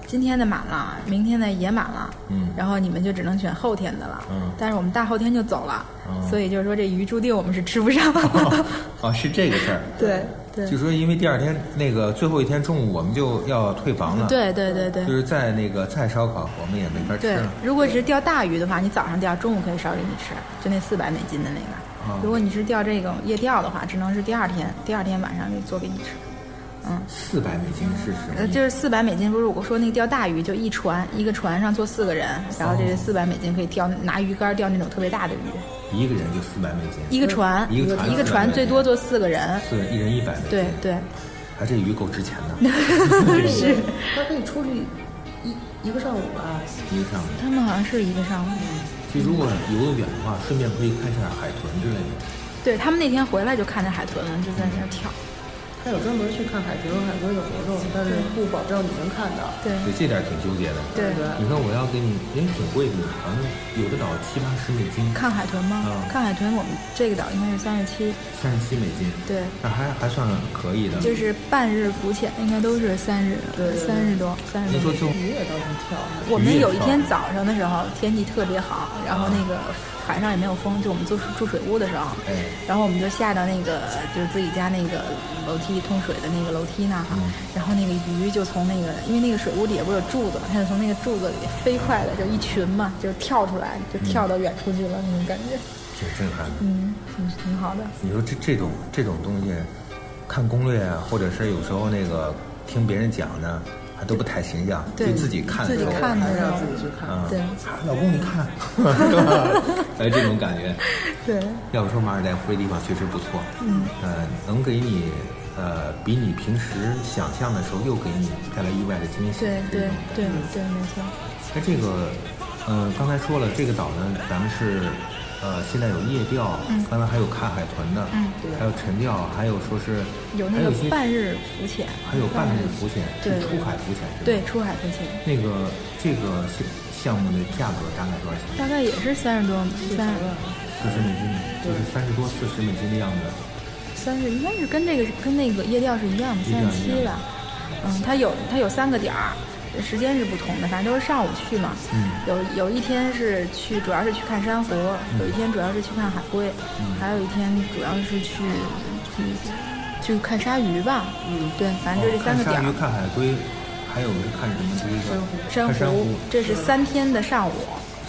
今天的满了，明天的也满了，嗯然后你们就只能选后天的了，嗯但是我们大后天就走了，嗯所以就是说这鱼注定我们是吃不上， 哦，是这个事儿。对对就说因为第二天那个最后一天中午我们就要退房了，，对对对对就是在那个再烧烤我们也没法吃对了。，如果是钓大鱼的话，你早上钓，中午可以烧给你吃，就那四百美金的那个。嗯如果你是钓这个夜钓的话，只能是第二天，第二天晚上就做给你吃。四百美金是什么呃，意思？就是四百美金，不是我说那个钓大鱼，就一船，一个船上坐四个人，然后这四百美金可以钓拿鱼竿钓那种特别大的鱼，一个人就四百美金，嗯一个船，一个船一个嗯船最多坐四个人，四一人一百美金。对对，啊，这鱼够值钱 的，是，他可以出去一一个上午吧，一个上午。他们好像是一个上午，就如果游得远的话，顺便可以看一下海豚之类的。对他们那天回来就看见海豚了，就在那儿跳，他有专门去看海豚和海龟的活动，但是不保证你能看到。对对，这点儿挺纠结的。对，你看我要给你，也挺贵的，好像有的岛七八十美金，看海豚吗？嗯看海豚，我们这个岛应该是三十七，三十七美金，对，那还还算可以的。就是半日浮潜，应该都是三十，三十多，三十你多说。就鱼也倒是跳，我们有一天早上的时候天气特别好，然后那个海上也没有风，就我们住住水屋的时候哎，然后我们就下到那个就是自己家那个楼梯通水的那个楼梯那儿哈，嗯然后那个鱼就从那个因为那个水屋里也不是有柱子嘛，它就从那个柱子里飞快的就一群嘛，就跳出来，就跳到远处去了那种感觉，挺震撼的。嗯，挺挺好的。你说这这种这种东西，看攻略啊，或者是有时候那个听别人讲呢，还都不太形象，就对自己看自的时己候看的还是时要候自，己去看。嗯，对啊老公你看， 是吧哎，这种感觉。对，要不说马尔代夫这地方确实不错，嗯，呃，能给你呃比你平时想象的时候又给你带来意外的惊喜，对这对种感觉对对，没错。那这个，呃，刚才说了，这个岛呢，咱们是，呃，现在有夜钓，刚才还有看海豚的，嗯还有晨钓，还有说是有还那有个一些半日浮潜，还有半日浮潜，是对出海浮潜是吧？对，出海浮潜。那个这个项项目的价格大概多少钱？大概也是三十多，三四十美金，就是三十多四十美金的样子。三十应该是跟这个跟那个夜钓是一样的，一三样十七一样吧。嗯，它有它有三个点儿，时间是不同的，反正都是上午去嘛。嗯有有一天是去，主要是去看珊瑚；有一天主要是去看海龟，还有一天主要是去去去看鲨鱼吧。嗯，对，反正就这三个点哦看鲨儿鱼、。看海龟，还有是看什么？就是一个珊嗯看珊瑚瑚，，这是三天的上午。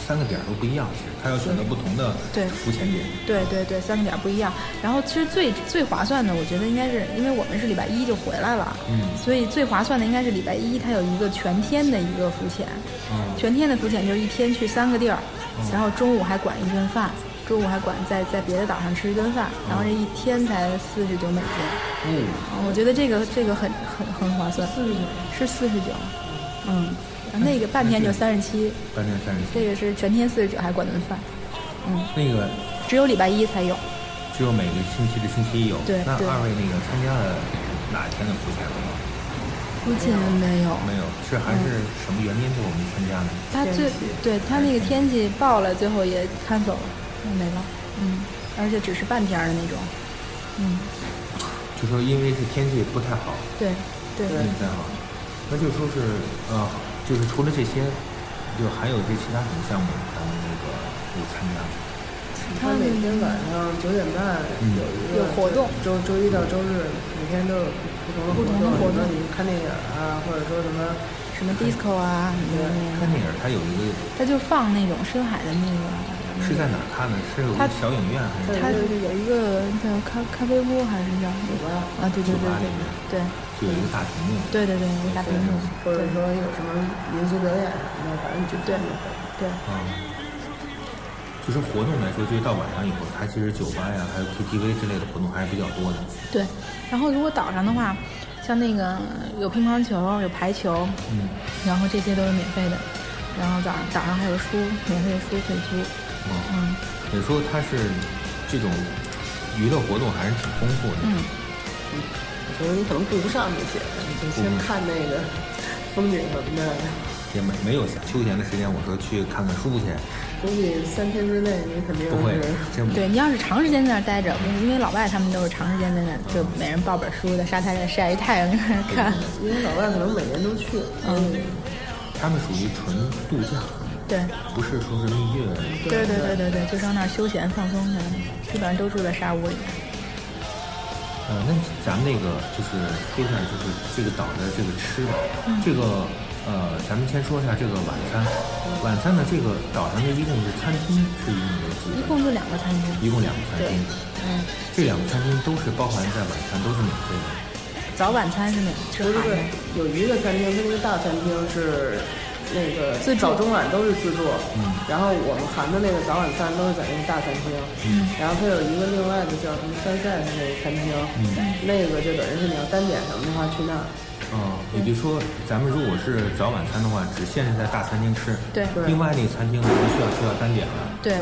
三个点儿都不一样，其实他要选择不同的对浮潜点。对对对，三个点儿不一样。然后其实最最划算的，我觉得应该是因为我们是礼拜一就回来了，嗯所以最划算的应该是礼拜一，它有一个全天的一个浮潜，嗯哦全天的浮潜就是一天去三个地儿，然后中午还管一顿饭，中午还管在在别的岛上吃一顿饭，然后这一天才四十九美金。嗯，我觉得这个这个很很很划算，四十九是四十九，嗯，那个半天就三十七，半天三十七，这个是全天四十九还管顿饭，那个只有礼拜一才有。只有每个星期的星期一有。对那对二位那个参加了哪天的福彩活动？附近没有，没有，是嗯还是什么原因就我们参加呢？他最对他那个天气报了，最后也看走了，没了，嗯，而且只是半天儿的那种，嗯，就说因为是天气不太好，对对天气不太好，那就说是呃，就是除了这些，就还有这其他什么项目咱们那个有参加嗯吗？他每天晚上九点半嗯有一个有活动周周一到周日每天都有不同的活动，比如说你看电影啊，或者说什么什么 disco 啊，什么那看个，电影它有一个他就放那种深海的那个，是在哪儿看的？是有它个小影院还是？他就是有一个叫咖咖啡屋还是叫酒吧啊？对对酒吧里面对就有一个大屏幕。对对对对，有一大屏幕，或者对说有什么民俗表演什么的，反正你就对对啊，就是活动来说，就是到晚上以后，它其实酒吧呀，还有 KTV 之类的活动还是比较多的。对。然后如果岛上的话，像那个有乒乓球，有排球，嗯，然后这些都是免费的。然后早上早上还有书，免费的书可以租。哦，嗯也说它是这种娱乐活动还是挺丰富的。嗯，我觉得你可能顾不上这些，你就先看那个风景什么的，也没没有像休闲的时间，我说去看看书去，估计三天之内你肯定不会是。真不对你要是长时间在那儿待着，因为老外他们都是长时间在那儿，就每人抱本书在沙滩上晒一太阳在那儿看。因为老外可能每年都去，嗯，他们属于纯度假，对不是说是蜜月。对对对对对，就上那儿休闲放松去了，基本上都住在沙屋里。呃，那咱们那个就是说一下，就是这个岛的这个吃吧，嗯这个呃，咱们先说一下这个晚餐。晚餐呢，这个岛上的一共是餐厅是以你为主的，一共就两个餐厅。一共两个餐对厅，，嗯，这两个餐厅都是包含在晚餐，都是免费的。早晚餐是免是不是含的，有一个餐厅，它那个大餐厅是那个自助嗯早中晚都是自助，然后我们含的那个早晚餐都是在那个大餐厅，嗯然后它有一个另外的叫什么山赛的那个餐厅，嗯那个就等于是你要单点什么的话去那儿，啊、也就是说，咱们如果是早晚餐的话，只限制在大餐厅吃。对另外那个餐厅我们需要需要单点了。对，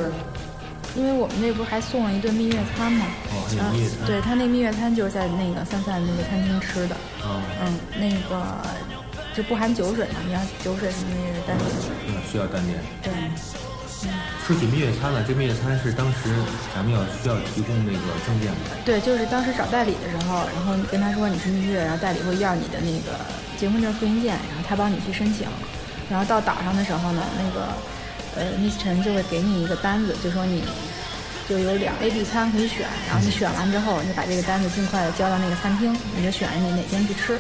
因为我们那不是还送了一顿蜜月餐吗？哦还有然后蜜月餐对他那蜜月餐就是在那个三三那个餐厅吃的，啊、嗯，那个就不含酒水嘛，你要酒水什么也是单独的。嗯，需要单点。对，说起蜜月餐呢，这蜜月餐是当时咱们要需要提供那个证件的。对，就是当时找代理的时候，然后你跟他说你是蜜月，然后代理会要你的那个结婚证复印件，然后他帮你去申请。然后到岛上的时候呢，那个呃，Miss 陈就会给你一个单子，就说你就有两 A、B 餐可以选，然后你选完之后，你就把这个单子尽快的交到那个餐厅，你就选你哪天去吃。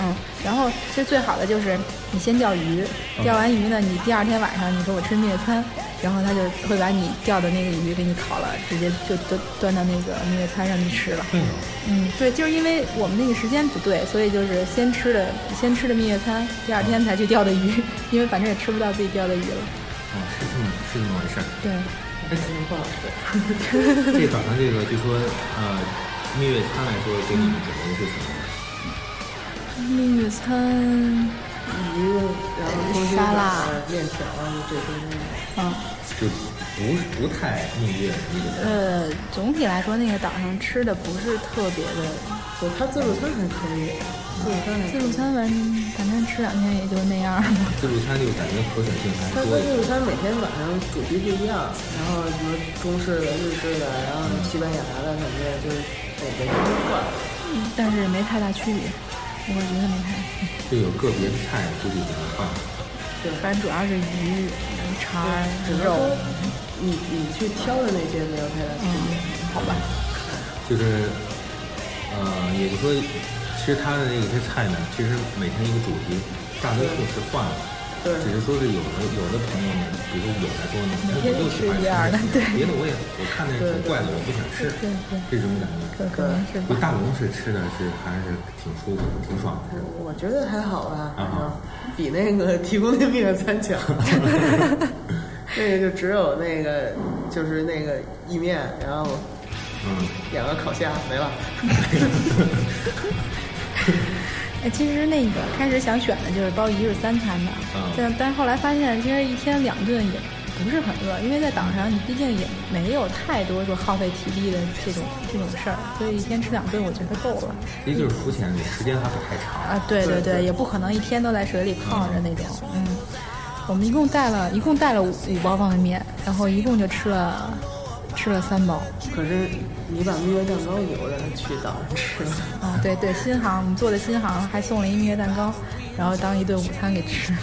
嗯，然后其实最好的就是你先钓鱼，钓完鱼呢，你第二天晚上你说我吃蜜月餐，然后他就会把你钓的那个鱼给你烤了，直接就就端到那个蜜月餐上去吃了。对呀、嗯，对，就是因为我们那个时间不对，所以就是先吃的先吃的蜜月餐，第二天才去钓的鱼， 因为反正也吃不到自己钓的鱼了。哦，是这么是这么回事儿。对，这岛上这个就说呃，蜜月餐来说，给你们准备的是什么？蜜月餐，鱼，然后空心嗯沙粉拉、面条啊这些东西。嗯，就不是不太蜜月的一个餐。呃，总体来说那个岛上吃的不是特别的，对，它自助餐还可以，嗯自自助餐还可以。助餐完反正吃两天也就那样儿。自助餐就感觉可选性它还它多一自点。助餐每天晚上主题不一样，然后什么中式的、日式的，然后西班牙的什么的，就是每每天都换。但是没太大区别，我觉得没太大区就有个别的菜估计比较放。别，反正主要是鱼、肠儿、只能肉，说你你去挑的那些没有太大嗯区别。好吧？就是，呃，也就是说，其实它的那些菜呢，其实每天一个主题，大多数是换了。对只是说是有的有的朋友呢，比如有的说呢，那天我就喜吃欢吃一样的对别的我也我看那挺怪的，我不想吃，对对这种感觉。对，可能是就吧。大龙是吃的是还是挺舒服的，挺爽的。我觉得还好吧，嗯啊 反正比那个提供那蜜月餐强。那个就只有那个就是那个意面，然后嗯，两个烤虾没了。哎，其实那个开始想选的就是包一日三餐的，嗯但但后来发现，其实一天两顿也不是很饿，因为在岛上你毕竟也没有太多说耗费体力的这种这种事儿，所以一天吃两顿我觉得够了。也就是浮潜时间还不太长，啊，对对对，也不可能一天都在水里泡着那种。嗯，我们一共带了一共带了五五包方便面，然后一共就吃了吃了三包。可是你把蜜月蛋糕留着去岛上吃了，啊，对对，新航我们做的新航还送了一蜜月蛋糕，然后当一顿午餐给吃了。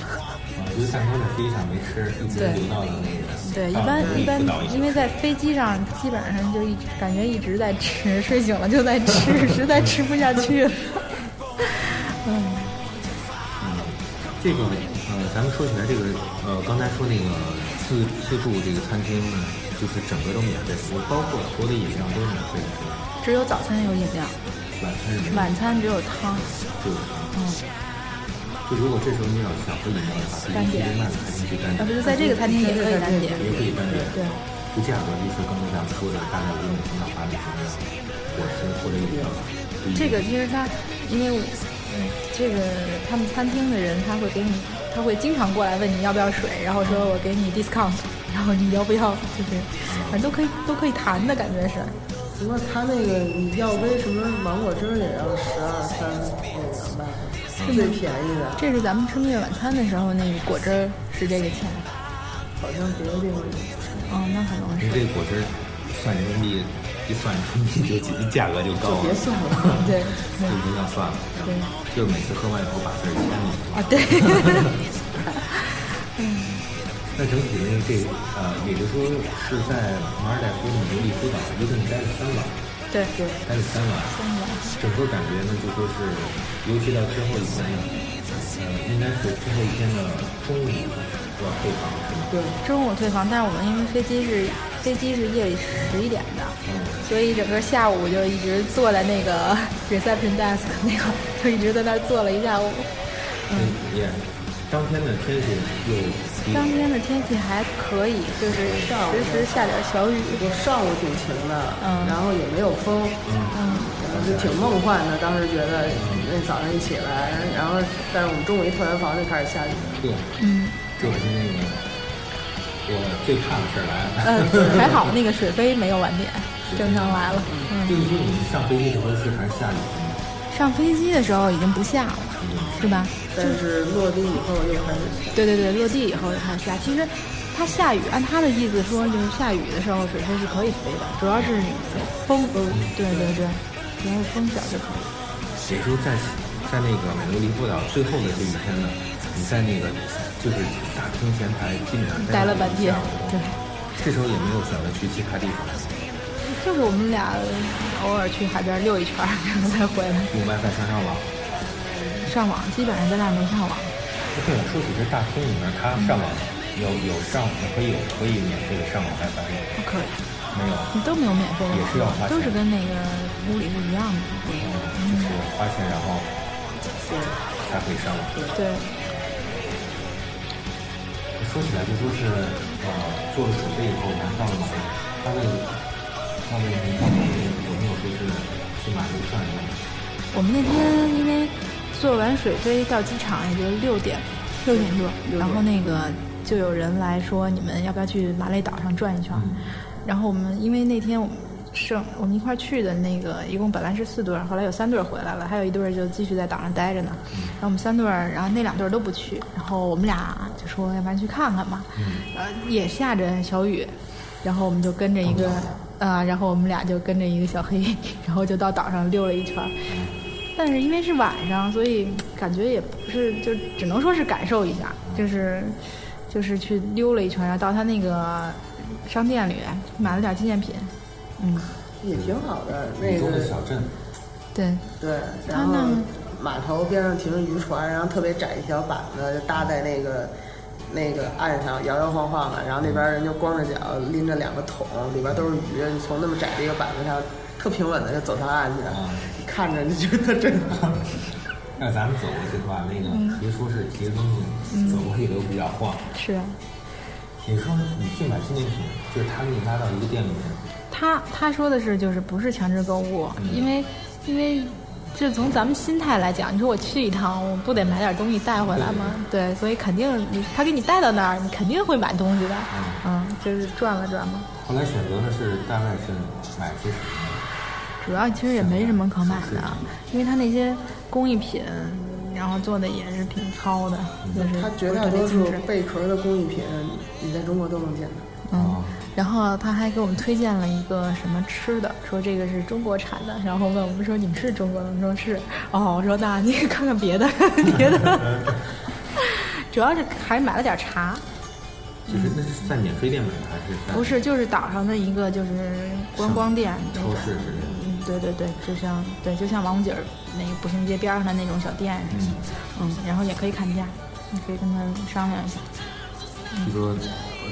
啊，就是蛋糕在飞机上没吃，一直对留到了那个对，一到般了一般福岛，起因为在飞机上基本上就一直感觉一直在吃，睡醒了就在吃，实在吃不下去了。这个呃，咱们说起来这个呃，刚才说那个自自助这个餐厅，就是整个都免费服务，包括所有的饮料都是免费的，只有早餐有饮料，晚餐是没有晚餐只有汤。嗯就就如果这时候你要想喝饮料的话，可以去另外的餐厅去单啊，不点，是在这个餐厅也可以单点。也可以单点。对。就价格就是刚才咱们说的，大概五种升到八种升的果汁或者饮料。这个其实他，因为我嗯，这个他们餐厅的人他会给你，他会经常过来问你要不要水，然后说我给你 discount，然后你要不要，就是嗯反正都可以都可以谈的感觉是。不过他那个你要杯什么芒果汁儿也要十二三那个吧，最便宜的，这是咱们吃蜜月晚餐的时候，那个果汁儿是这个钱。好像别的地方有。哦，那可能您是这果汁算人民币，一算人民币就价格就高了，别 算了对就一定要算了。对就是每次喝完以后把字儿签进去。啊， 对，那整体的那个这呃，也就是说是在马尔代夫的美利夫岛，一共待了三晚，对对，待了三晚，整个感觉呢就说是，尤其到最后一天呢，呃，应该是最后一天的中午要退房是吗？中午退房，但是我们因为飞机是飞机是夜里十一点的，所以整个下午就一直坐在那个 reception desk 那块儿，就一直在那儿坐了一下午。嗯，也、当天的天气又比当天的天气还可以，就是时时下点小雨。我上午挺晴的，嗯然后也没有风，然后就挺梦幻的。当时觉得那早上一起来，哎然后但是我们中午一退完房就开始下雨，热， 嗯，这也是那个我最怕的事儿来了。嗯，还好那个水杯没有晚点，正常来了。 就是说你们上飞机的时候是还是下雨的吗？上飞机的时候已经不下了，是吧？但是落地以后又开始对对对，落地以后它下。其实它下雨，按他的意思说，就是下雨的时候水飞是可以飞的，主要是风，呃，对对对，主要是风小就可以。也就是在在那个美罗离布岛最后的这一天呢，你在那个就是大厅前台基本上待了到半天下午，对，这时候也没有想着去其他地方，就是我们俩偶尔去海边溜一圈儿，然后再回来。用 WiFi 上上网。上网基本上咱俩没上网，对了，说起这大厅里面，它上网有有上可以有可以免费的上网 WiFi 吗？不可以，没有，你都没有免费的也是要花钱都是跟那个屋里是一样的。就是花钱然后才可以上网。对，说起来就说是呃，做了手术以后，然后到了马路，他问他问您到底有没有说是去马路转一转？我们那天因为做完水飞到机场也就六点，六点多，然后那个就有人来说你们要不要去马累岛上转一圈儿？然后我们因为那天我们剩我们一块儿去的那个，一共本来是四对儿，后来有三对儿回来了，还有一对儿就继续在岛上待着呢。然后我们三对儿，然后那两对儿都不去，然后我们俩就说要不然去看看吧，呃也下着小雨，然后我们就跟着一个。啊、然后我们俩就跟着一个小黑， 然后就到岛上溜了一圈儿，但是因为是晚上，所以感觉也不是，就只能说是感受一下，就是就是去溜了一圈，然后到他那个商店里买了点纪念品。嗯，也挺好的。那美洲个的小镇，对，对，然后他那码头边上停着渔船，然后特别窄一条板子，就搭在那个。那个岸上摇摇晃晃的，然后那边人就光着脚拎着两个桶，里边都是鱼，就从那么窄的一个板子上，特平稳的就走上岸去了，看着就觉得真好。那咱们走嗯啊过去的话，那个别说是提着东西走过去都比较晃。是。你说你去买纪念品，就是他给你拉到一个店里面，他他说的是就是不是强制购物，因为因为这从咱们心态来讲，你说我去一趟，我不得买点东西带回来吗？对，所以肯定你他给你带到那儿，你肯定会买东西的，嗯，就是转了转嘛。后来选择的是大概是买些什么？主要其实也没什么可买的，啊因为他那些工艺品，然后做的也是挺糙的，就是它绝不是大特别多精数致贝壳的工艺品，你在中国都能见到。嗯，然后他还给我们推荐了一个什么吃的，说这个是中国产的，然后问我们说你们是中国的吗？我们说是，哦，我说那你看看别的， 别的， 主要是还买了点茶，就是那是在免税店买的还是在不是，就是岛上的一个就是观光店那超种，市之类的？嗯，对对对，就像对，就像王府井儿那个步行街边上的那种小店似的，嗯，然后也可以看价，你可以跟他商量一下，就说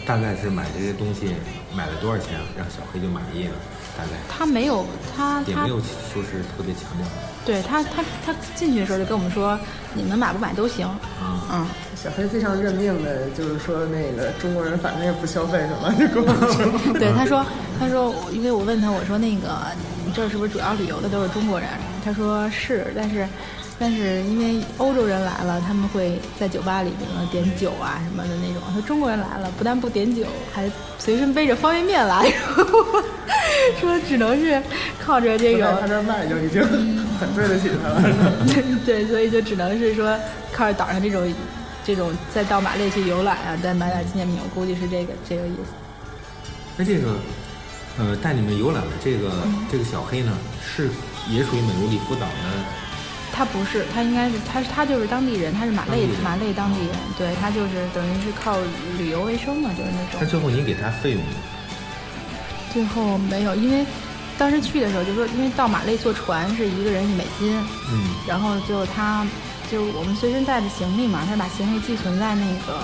大概是买这些东西买了多少钱，让小黑就满意了，大概他没有他也他没有说是特别强调。对他，他他进去的时候就跟我们说，你们买不买都行。啊嗯，小黑非常认命的，就是说那个中国人反正也不消费什么，就跟我说 对，他说，他说，因为我问他，我说那个你这儿是不是主要旅游的都是中国人？他说是，但是，但是因为欧洲人来了，他们会在酒吧里比如说点酒啊什么的那种。他说中国人来了，不但不点酒，还随身背着方便面来， 说只能是靠着这在种他这儿卖就已经很对得起他了。 对，所以就只能是说靠着岛上这种这种再到马累去游览啊，再买点纪念品，我估计是这个这个意思。那这个呃带你们游览的这个、这个小黑呢，是也属于美如里夫岛的，他不是，他应该是他是他就是当地人，他是马累当地人哦马累当地人，对他就是等于是靠旅游为生嘛，就是那那种。最后你给他费用呢？最后没有，因为当时去的时候就说，因为到马累坐船是一个人一美金，嗯，然后就他就我们随身带着行李嘛，他把行李寄存在那个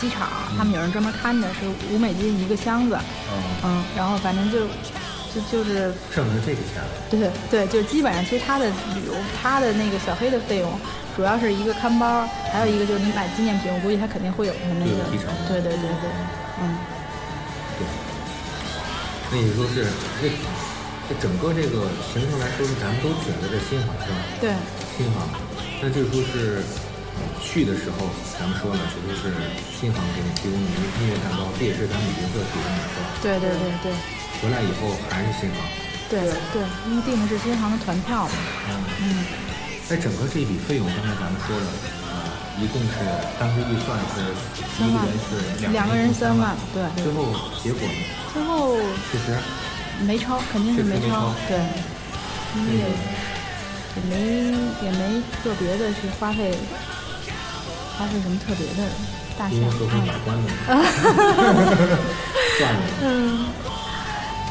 机场，他们有人专门看着，是五美金一个箱子。哦，嗯，然后反正就就就是挣了这个钱了，对对，就是基本上其实他的旅游，他的那个小黑的费用，主要是一个看包，还有一个就是你买纪念品，我估计他肯定会有他那会有个提成，对对对对，嗯，对。那也就是这这整个这个行程来说，咱们都选择这新航是吧？对，新航，那就说是呃去的时候，咱们说了，就说是新航给你提供的一个音乐蛋糕，这也是咱们旅行社提供的，是吧？对对对对回来以后还是新航，对对，因为订的是新航的团票嘛，嗯，嗯，那整个这笔费用，刚才咱们说了，呃，一共是当时预算是三一个万人是嗯两个个人人三万万，，对，最后结果呢，最后确实没超，肯定是没确实没超超，对，因为也也没也没特别的去花费花费什么特别的大项因为合同嗯把关的嘛， 算了，嗯，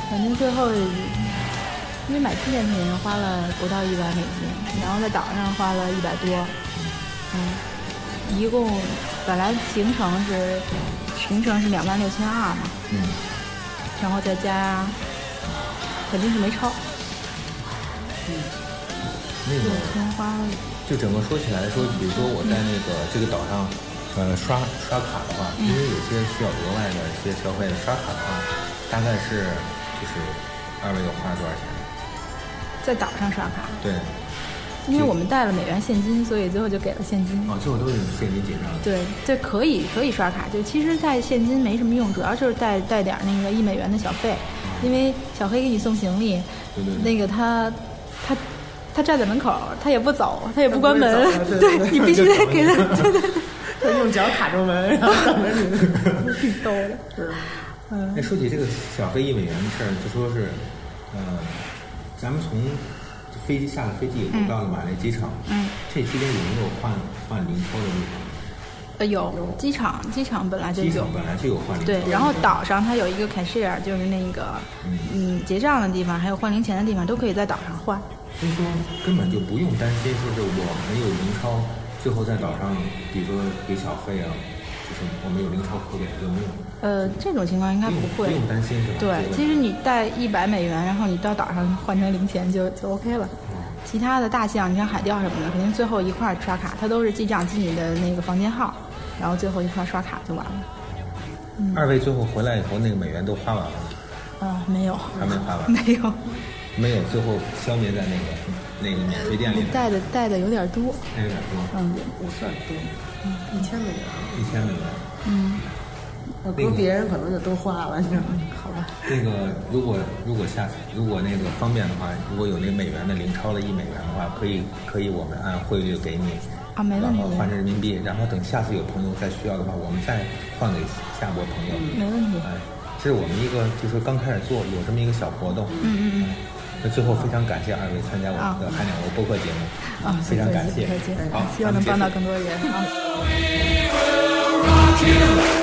反正最后因为买纪念品花了不到一百美金，然后在岛上花了一百多，嗯，一共本来行程是行程是两万六千二嘛，嗯，然后再加肯定是没超，那六个千花了就整个说起来说，比如说我在那个这个岛上，呃，刷刷卡的话，因为有些需要额外的一些消费的，刷卡的话，大概是就是二位又花了多少钱？在岛上刷卡，对，因为我们带了美元现金，所以最后就给了现金。哦，最后都是现金结账的。对，这可以可以刷卡，就其实带现金没什么用，主要就是带带点儿那个一美元的小费，因为小黑给你送行李，对对对那个他他他站在门口儿，他也不走，他也不关门，他不会走啊对对你必须得给他， 对对他用脚卡住门，然后等着 你。对，挺逗的。那说起这个小黑一美元的事儿，就说是，呃，咱们从飞机下了飞机以后到了马累机场，嗯，这期间有没有换换零钞的地方？呃，有机场机场本来就机有场，本来就有换零钞的对地，方，然后岛上它有一个 cashier，就是那个嗯结账的地方，还有换零钱的地方都可以在岛上换。所以说根本就不用担心，说是我们有零钞，最后在岛上，比如说给小费啊，就是我们有零钞可给，有没有？呃，这种情况应该不不会，用不用担心是吧？对这，个其实你带一百美元，然后你到岛上换成零钱就就 OK 了。其他的大项，你像海钓什么的，肯定最后一块儿刷卡，它都是记账记你的那个房间号，然后最后一块儿刷卡就完了。二位最后回来以后，那个美元都花完了吗，啊，没有，还没花完，没有，没有，最后消灭在那个那个免税店里面，带的带的有点多，那有点多，嗯，不算多，一千美元，一千美元。我估别人可能就都花了，你知道吗？好吧，那个如果如果下次如果那个方便的话，如果有那美元的零超了一美元的话，可以可以我们按汇率给你，啊没问然题后换成人民币，然后等下次有朋友再需要的话，我们再换给下波朋友。没问题，哎，这是我们一个就是刚开始做有这么一个小活动。嗯嗯嗯。那最后非常感谢二位参加我们的海鸟窝播客节目，啊，非常感谢不客气不客气，好，希望能咱帮们到结更束多人啊。 rock you.